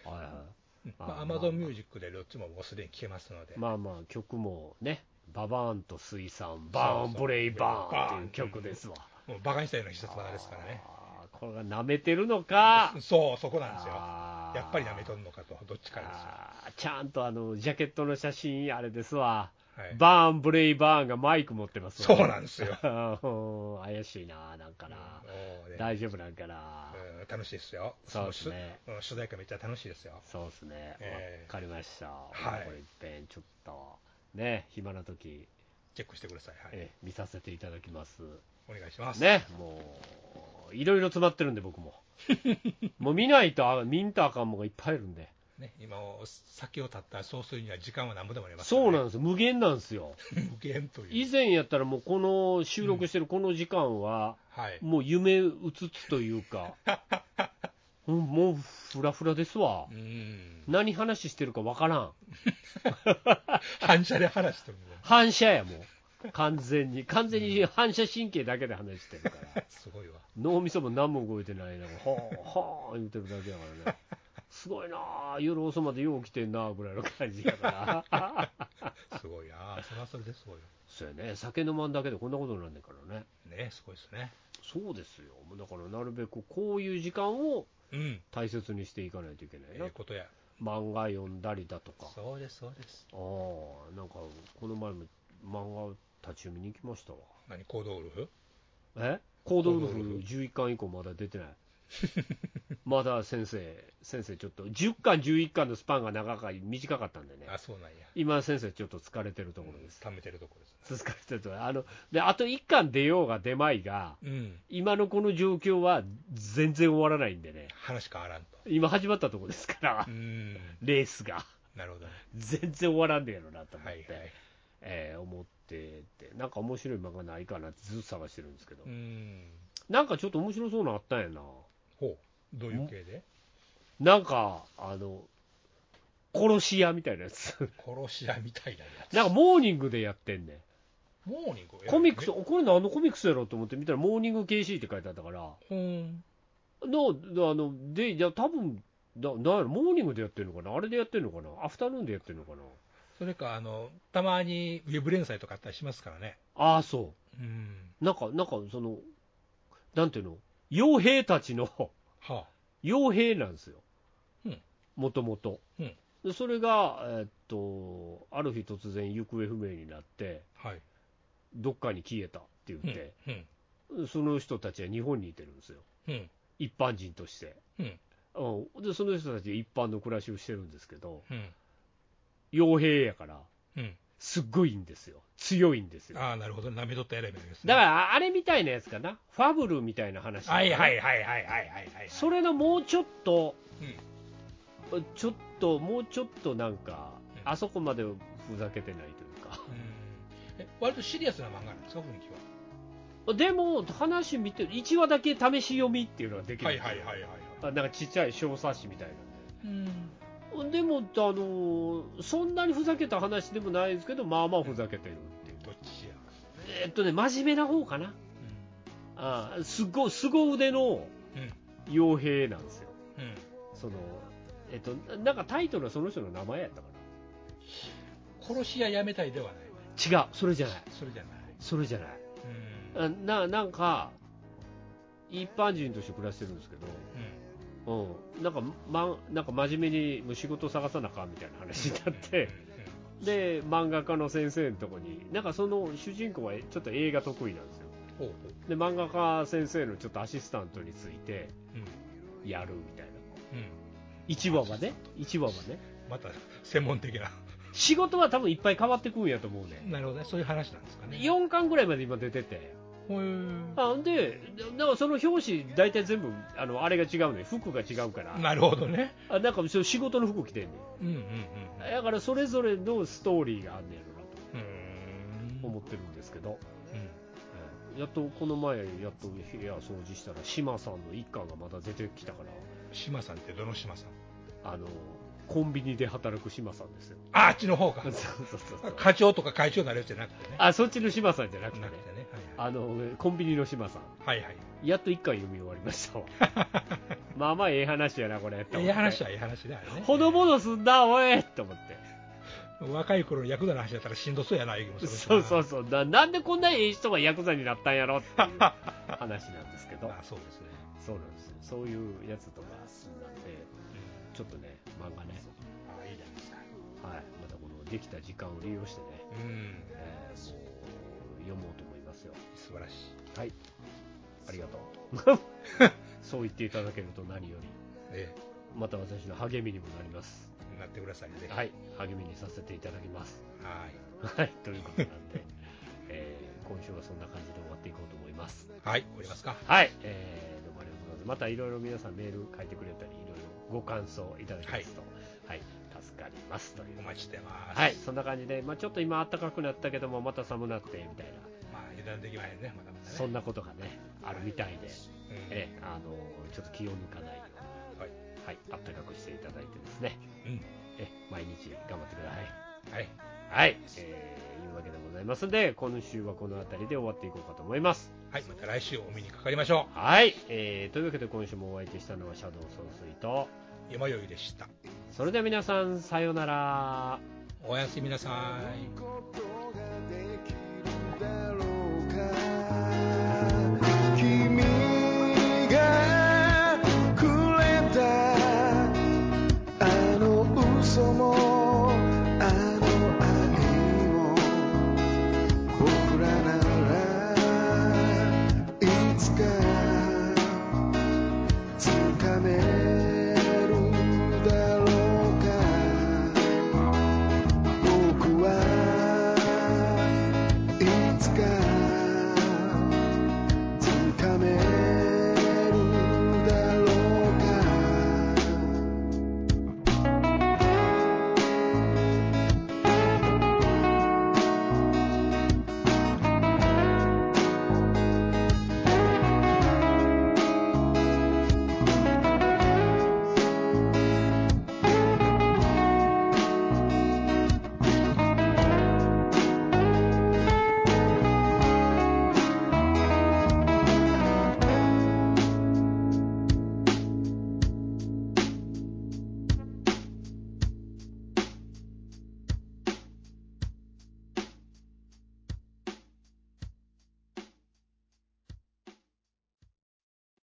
[SPEAKER 3] いは
[SPEAKER 4] うん
[SPEAKER 3] あ
[SPEAKER 4] まあ、
[SPEAKER 3] ー
[SPEAKER 4] アマゾンミュージックでどっちももうすでに聴けますので
[SPEAKER 3] い、まあまあ曲もね、ババーンと水産、バーンブレイバーンっていう曲ですわ。
[SPEAKER 4] もうバカにしたような必殺技ですからね。
[SPEAKER 3] あーこれが舐めてるのか、
[SPEAKER 4] そう、そこなんですよ。
[SPEAKER 3] あー
[SPEAKER 4] やっぱり舐めとんのかと、どっちかですよ。
[SPEAKER 3] あーちゃんとあのジャケットの写真、あれですわ、
[SPEAKER 4] はい、
[SPEAKER 3] バーン、ブレイ・バーンがマイク持ってます
[SPEAKER 4] そうな
[SPEAKER 3] で
[SPEAKER 4] んですよ。
[SPEAKER 3] よ。怪しいな、なんかな、
[SPEAKER 4] もうね
[SPEAKER 3] 大丈夫なんかな、
[SPEAKER 4] うん楽しいですよ。
[SPEAKER 3] そうですね
[SPEAKER 4] その主。うん主題歌めっちゃ楽しいですよ。
[SPEAKER 3] そうですね、わ、
[SPEAKER 4] ええ
[SPEAKER 3] かりました、
[SPEAKER 4] はい
[SPEAKER 3] これいっぺん、ちょっと、ね、暇な時、
[SPEAKER 4] チェックしてください。はい。
[SPEAKER 3] ええ見させていただきます。
[SPEAKER 4] お願いします。
[SPEAKER 3] ね、もう、いろいろ詰まってるんで、僕 も。もう見ないと、あ見んとあかんもんがいっぱいいるんで。
[SPEAKER 4] ね今を、先を絶ったらそうするには時間は何ぼでもあります、
[SPEAKER 3] そうなん
[SPEAKER 4] で
[SPEAKER 3] ですよ、無限なんですよ。
[SPEAKER 4] す。無限とい
[SPEAKER 3] 以
[SPEAKER 4] う。
[SPEAKER 3] 前やったらもうこの収録してるこの時間は、
[SPEAKER 4] はい。
[SPEAKER 3] もう夢うつつというか、うんもうふらふらですわ
[SPEAKER 4] う。ん。
[SPEAKER 3] 何話してるかわからん。
[SPEAKER 4] 反射で話してるの
[SPEAKER 3] 反射やもう。完全に。完全に反射神経だけで話してるから。
[SPEAKER 4] すごいわ。
[SPEAKER 3] 脳みそも何も動いてないな。ほーほー言ってるだけだからね。すごいなあ夜遅までよう来てんなあぐらいの感じやから。
[SPEAKER 4] すごいな。それはそれですごいよ
[SPEAKER 3] そうやね。酒飲まんだけでこんなことになんねんからね。
[SPEAKER 4] ねすごいですね。
[SPEAKER 3] そうですよ。もうだからなるべくこういう時間を
[SPEAKER 4] うん。
[SPEAKER 3] 大切にしていかないといけない
[SPEAKER 4] え
[SPEAKER 3] な
[SPEAKER 4] え、ことや。
[SPEAKER 3] 漫画読んだりだとか、あ
[SPEAKER 4] そうです、そうです。
[SPEAKER 3] あなんかこの前も漫画立ち読みに行きましたわ、
[SPEAKER 4] 何、行動ウルフ
[SPEAKER 3] えコードウル
[SPEAKER 4] コードウ
[SPEAKER 3] フ
[SPEAKER 4] ル
[SPEAKER 3] 11巻以降、まだ出 てない、まだ先生、先生、ちょっと10巻、11巻のスパンが長かい短かったんでね、
[SPEAKER 4] あ、そうなんや。
[SPEAKER 3] 今、先生、ちょっと疲れてるところです。
[SPEAKER 4] 貯めてるところです。
[SPEAKER 3] 疲れてるところあのであと1巻出ようが出まいが、
[SPEAKER 4] うん。
[SPEAKER 3] 今のこの状況は全然終わらないんでね、
[SPEAKER 4] 話変わらんと。
[SPEAKER 3] 今始まったところですから
[SPEAKER 4] う、ん。
[SPEAKER 3] レースが。
[SPEAKER 4] なるほどね。
[SPEAKER 3] 全然終わらんねやろなと思っ
[SPEAKER 4] はい
[SPEAKER 3] て、
[SPEAKER 4] はい。
[SPEAKER 3] えー思ってて、なんか面白い漫画ないかなってずっと探してるんですけど、
[SPEAKER 4] うん。
[SPEAKER 3] なんかちょっと面白そうなのあったんやな、
[SPEAKER 4] ほう。どういう系で
[SPEAKER 3] なんか、あの、殺し屋みたいなやつ、
[SPEAKER 4] 殺し屋みたいなやつ。
[SPEAKER 3] なんかモーニングでやってんね
[SPEAKER 4] モーニング
[SPEAKER 3] ん、コミックス、
[SPEAKER 4] え
[SPEAKER 3] おこれ何のコミックスやろうと思って見たら、モーニング KC って書いてあったから、
[SPEAKER 4] うん。
[SPEAKER 3] の、あの、で、じゃあ多分ななんやろ、モーニングでやってるのかな、あれでやってるのかな、アフタヌーンでやってるのかな、
[SPEAKER 4] それか、あの、たまにウェブ連載とかあったりしますからね。
[SPEAKER 3] ああ、そう。
[SPEAKER 4] うん。
[SPEAKER 3] なんか、なんか、その、なんていうの、傭兵たちの
[SPEAKER 4] は
[SPEAKER 3] 傭兵なんですよ
[SPEAKER 4] うん、
[SPEAKER 3] もともと
[SPEAKER 4] うん。
[SPEAKER 3] でそれが、えーっと、ある日突然行方不明になって、
[SPEAKER 4] あ。はい。
[SPEAKER 3] どっかに消えたって言
[SPEAKER 4] うん
[SPEAKER 3] って、。
[SPEAKER 4] うん。
[SPEAKER 3] その人たちは日本にいてるんですよ、
[SPEAKER 4] うん。
[SPEAKER 3] 一般人として。
[SPEAKER 4] うん。
[SPEAKER 3] うんで、その人たちは一般の暮らしをしてるんですけど、
[SPEAKER 4] うん。
[SPEAKER 3] 傭兵やから、
[SPEAKER 4] うん。
[SPEAKER 3] すっごいんですよ、強いんですよ。
[SPEAKER 4] ああ、なるほど。舐めとったやらみたいですね。
[SPEAKER 3] だから、あれみたいなやつかな、ファブルみたいな話、
[SPEAKER 4] はいはいはいはいはいはいはい。
[SPEAKER 3] それのもうちょっと、
[SPEAKER 4] うん。
[SPEAKER 3] ちょっと、もうちょっとなんか、
[SPEAKER 4] うん
[SPEAKER 3] あそこまでふざけてないという
[SPEAKER 4] うんえ割とシリアスな漫画なんですか、雰囲気
[SPEAKER 3] か、
[SPEAKER 4] は。
[SPEAKER 3] でも、話見てる、1話だけ試し読みっていうのができる、
[SPEAKER 4] はいはい。
[SPEAKER 3] あなんかちっちゃい小冊子みたい
[SPEAKER 4] うん。
[SPEAKER 3] なんで、でも、あのーそんなにふざけた話でもないですけど、まあまあふざけてるっていう、
[SPEAKER 4] どっちや。
[SPEAKER 3] えっとね、真面目な方かな、あーすごすご腕の
[SPEAKER 4] うん。
[SPEAKER 3] 傭兵なんですよ、
[SPEAKER 4] うん。
[SPEAKER 3] その、えっと、なんかタイトルはその人の名前やったか
[SPEAKER 4] 殺し屋やめたいではない。
[SPEAKER 3] な、違う、それじゃない、
[SPEAKER 4] それじゃない。
[SPEAKER 3] それじゃない。
[SPEAKER 4] うん。
[SPEAKER 3] あななんか、一般人として暮らしてるんですけ
[SPEAKER 4] うん
[SPEAKER 3] ど、うん、なんか、ま、なんか真面目にもう仕事探さなあかんみたいな話にな って、で、漫画家の先生のとこに、なんかその主人公はちょっと映画得意なんですよ。
[SPEAKER 4] うん。ほうほう。
[SPEAKER 3] で、漫画家先生のちょっとアシスタントについて
[SPEAKER 4] うん。
[SPEAKER 3] やるみたいな。
[SPEAKER 4] うん。
[SPEAKER 3] 1話はね、1話はね。
[SPEAKER 4] また、専門的な。
[SPEAKER 3] 仕事は多分いっぱい変わってくんやと思うね。
[SPEAKER 4] なるほどね。そういう話なんですかね。
[SPEAKER 3] 4巻ぐらいまで今出てて。
[SPEAKER 4] ほう。
[SPEAKER 3] あで、だからその表紙、大体全部、あの、あれが違うね。服が違うから。
[SPEAKER 4] なるほどね。
[SPEAKER 3] あなんかそう仕事の服着てんね
[SPEAKER 4] うんうんうん
[SPEAKER 3] んだからそれぞれのストーリーがあんねやろな
[SPEAKER 4] うん。
[SPEAKER 3] と
[SPEAKER 4] うーん。
[SPEAKER 3] 思ってるんですけど、
[SPEAKER 4] うん。
[SPEAKER 3] えーやっとこの前やっと部屋掃除したら島さんの一巻がまた出てきたか
[SPEAKER 4] 島さんってどの島さん
[SPEAKER 3] らあのコンビニで働く島さんですよ
[SPEAKER 4] あ、あっちの方か
[SPEAKER 3] そう。そうそうそう
[SPEAKER 4] 課長とか会長になるやつじゃなくてね。
[SPEAKER 3] あそっちの島さんじゃなくてね
[SPEAKER 4] なくてね。
[SPEAKER 3] あのコンビニの島さん
[SPEAKER 4] はいはい。はい
[SPEAKER 3] やっと一巻読み終わりました わ
[SPEAKER 4] はい。
[SPEAKER 3] まあまあええ話やなこれと思って
[SPEAKER 4] ええ話はええ話だよね。
[SPEAKER 3] ほのぼのすんなおいと思って
[SPEAKER 4] 若い頃のヤクザの話だったらしんどそうやな、言う気もするしな
[SPEAKER 3] そうそうそうな、なんでこんなええ人がヤクザになったんやろっていう話なんですけど
[SPEAKER 4] まあ、そうですね。
[SPEAKER 3] そうなんですよそういうやつとかなんで、ちょっとね、漫画ね、
[SPEAKER 4] ああ、いいじゃないですか。
[SPEAKER 3] はい、またこのできた時間を利用してね、
[SPEAKER 4] うん。
[SPEAKER 3] えーもう読もうと思いますよ。
[SPEAKER 4] 素晴らしい。
[SPEAKER 3] はい、ありがと う。そう言っていただけると何より、
[SPEAKER 4] え
[SPEAKER 3] また私の励みにもなります。
[SPEAKER 4] え、なってくださいね。ぜひ
[SPEAKER 3] はい、励みにさせていただきます。
[SPEAKER 4] はい。
[SPEAKER 3] はい、ということなんで、 えー今週はそんな感じで終わっていこうと思います。
[SPEAKER 4] はい、終わりますか。
[SPEAKER 3] はい、えー、どうもありがとうございます。またいろいろ皆さんメール書いてくれたり、いろいろご感想いただきますと、はい、助かりますという
[SPEAKER 4] お。待ちしてます。
[SPEAKER 3] はい、そんな感じで、まあ、ちょっと今暖かくなったけども、また寒なってみたいな、
[SPEAKER 4] まあ、油断できまへんね、まだまだね。
[SPEAKER 3] そんなことがね、あるみたいで、
[SPEAKER 4] うん
[SPEAKER 3] ええあのちょっと気を抜かないよう
[SPEAKER 4] はい。
[SPEAKER 3] に、はい、暖かくしていただいてですね、
[SPEAKER 4] うん。
[SPEAKER 3] ええ毎日頑張ってください。
[SPEAKER 4] はい。
[SPEAKER 3] はい、えー、いうわけでございますんで、今週はこの辺りで終わっていこうかと思います。
[SPEAKER 4] はい、また来週お目にかかりましょ
[SPEAKER 3] はい、えー、というわけで今週もお相手したのはシャドウ総帥と、
[SPEAKER 4] う。山よいでした。
[SPEAKER 3] それでは皆さん、さようなら。
[SPEAKER 4] おやすみなさい。
[SPEAKER 6] コップ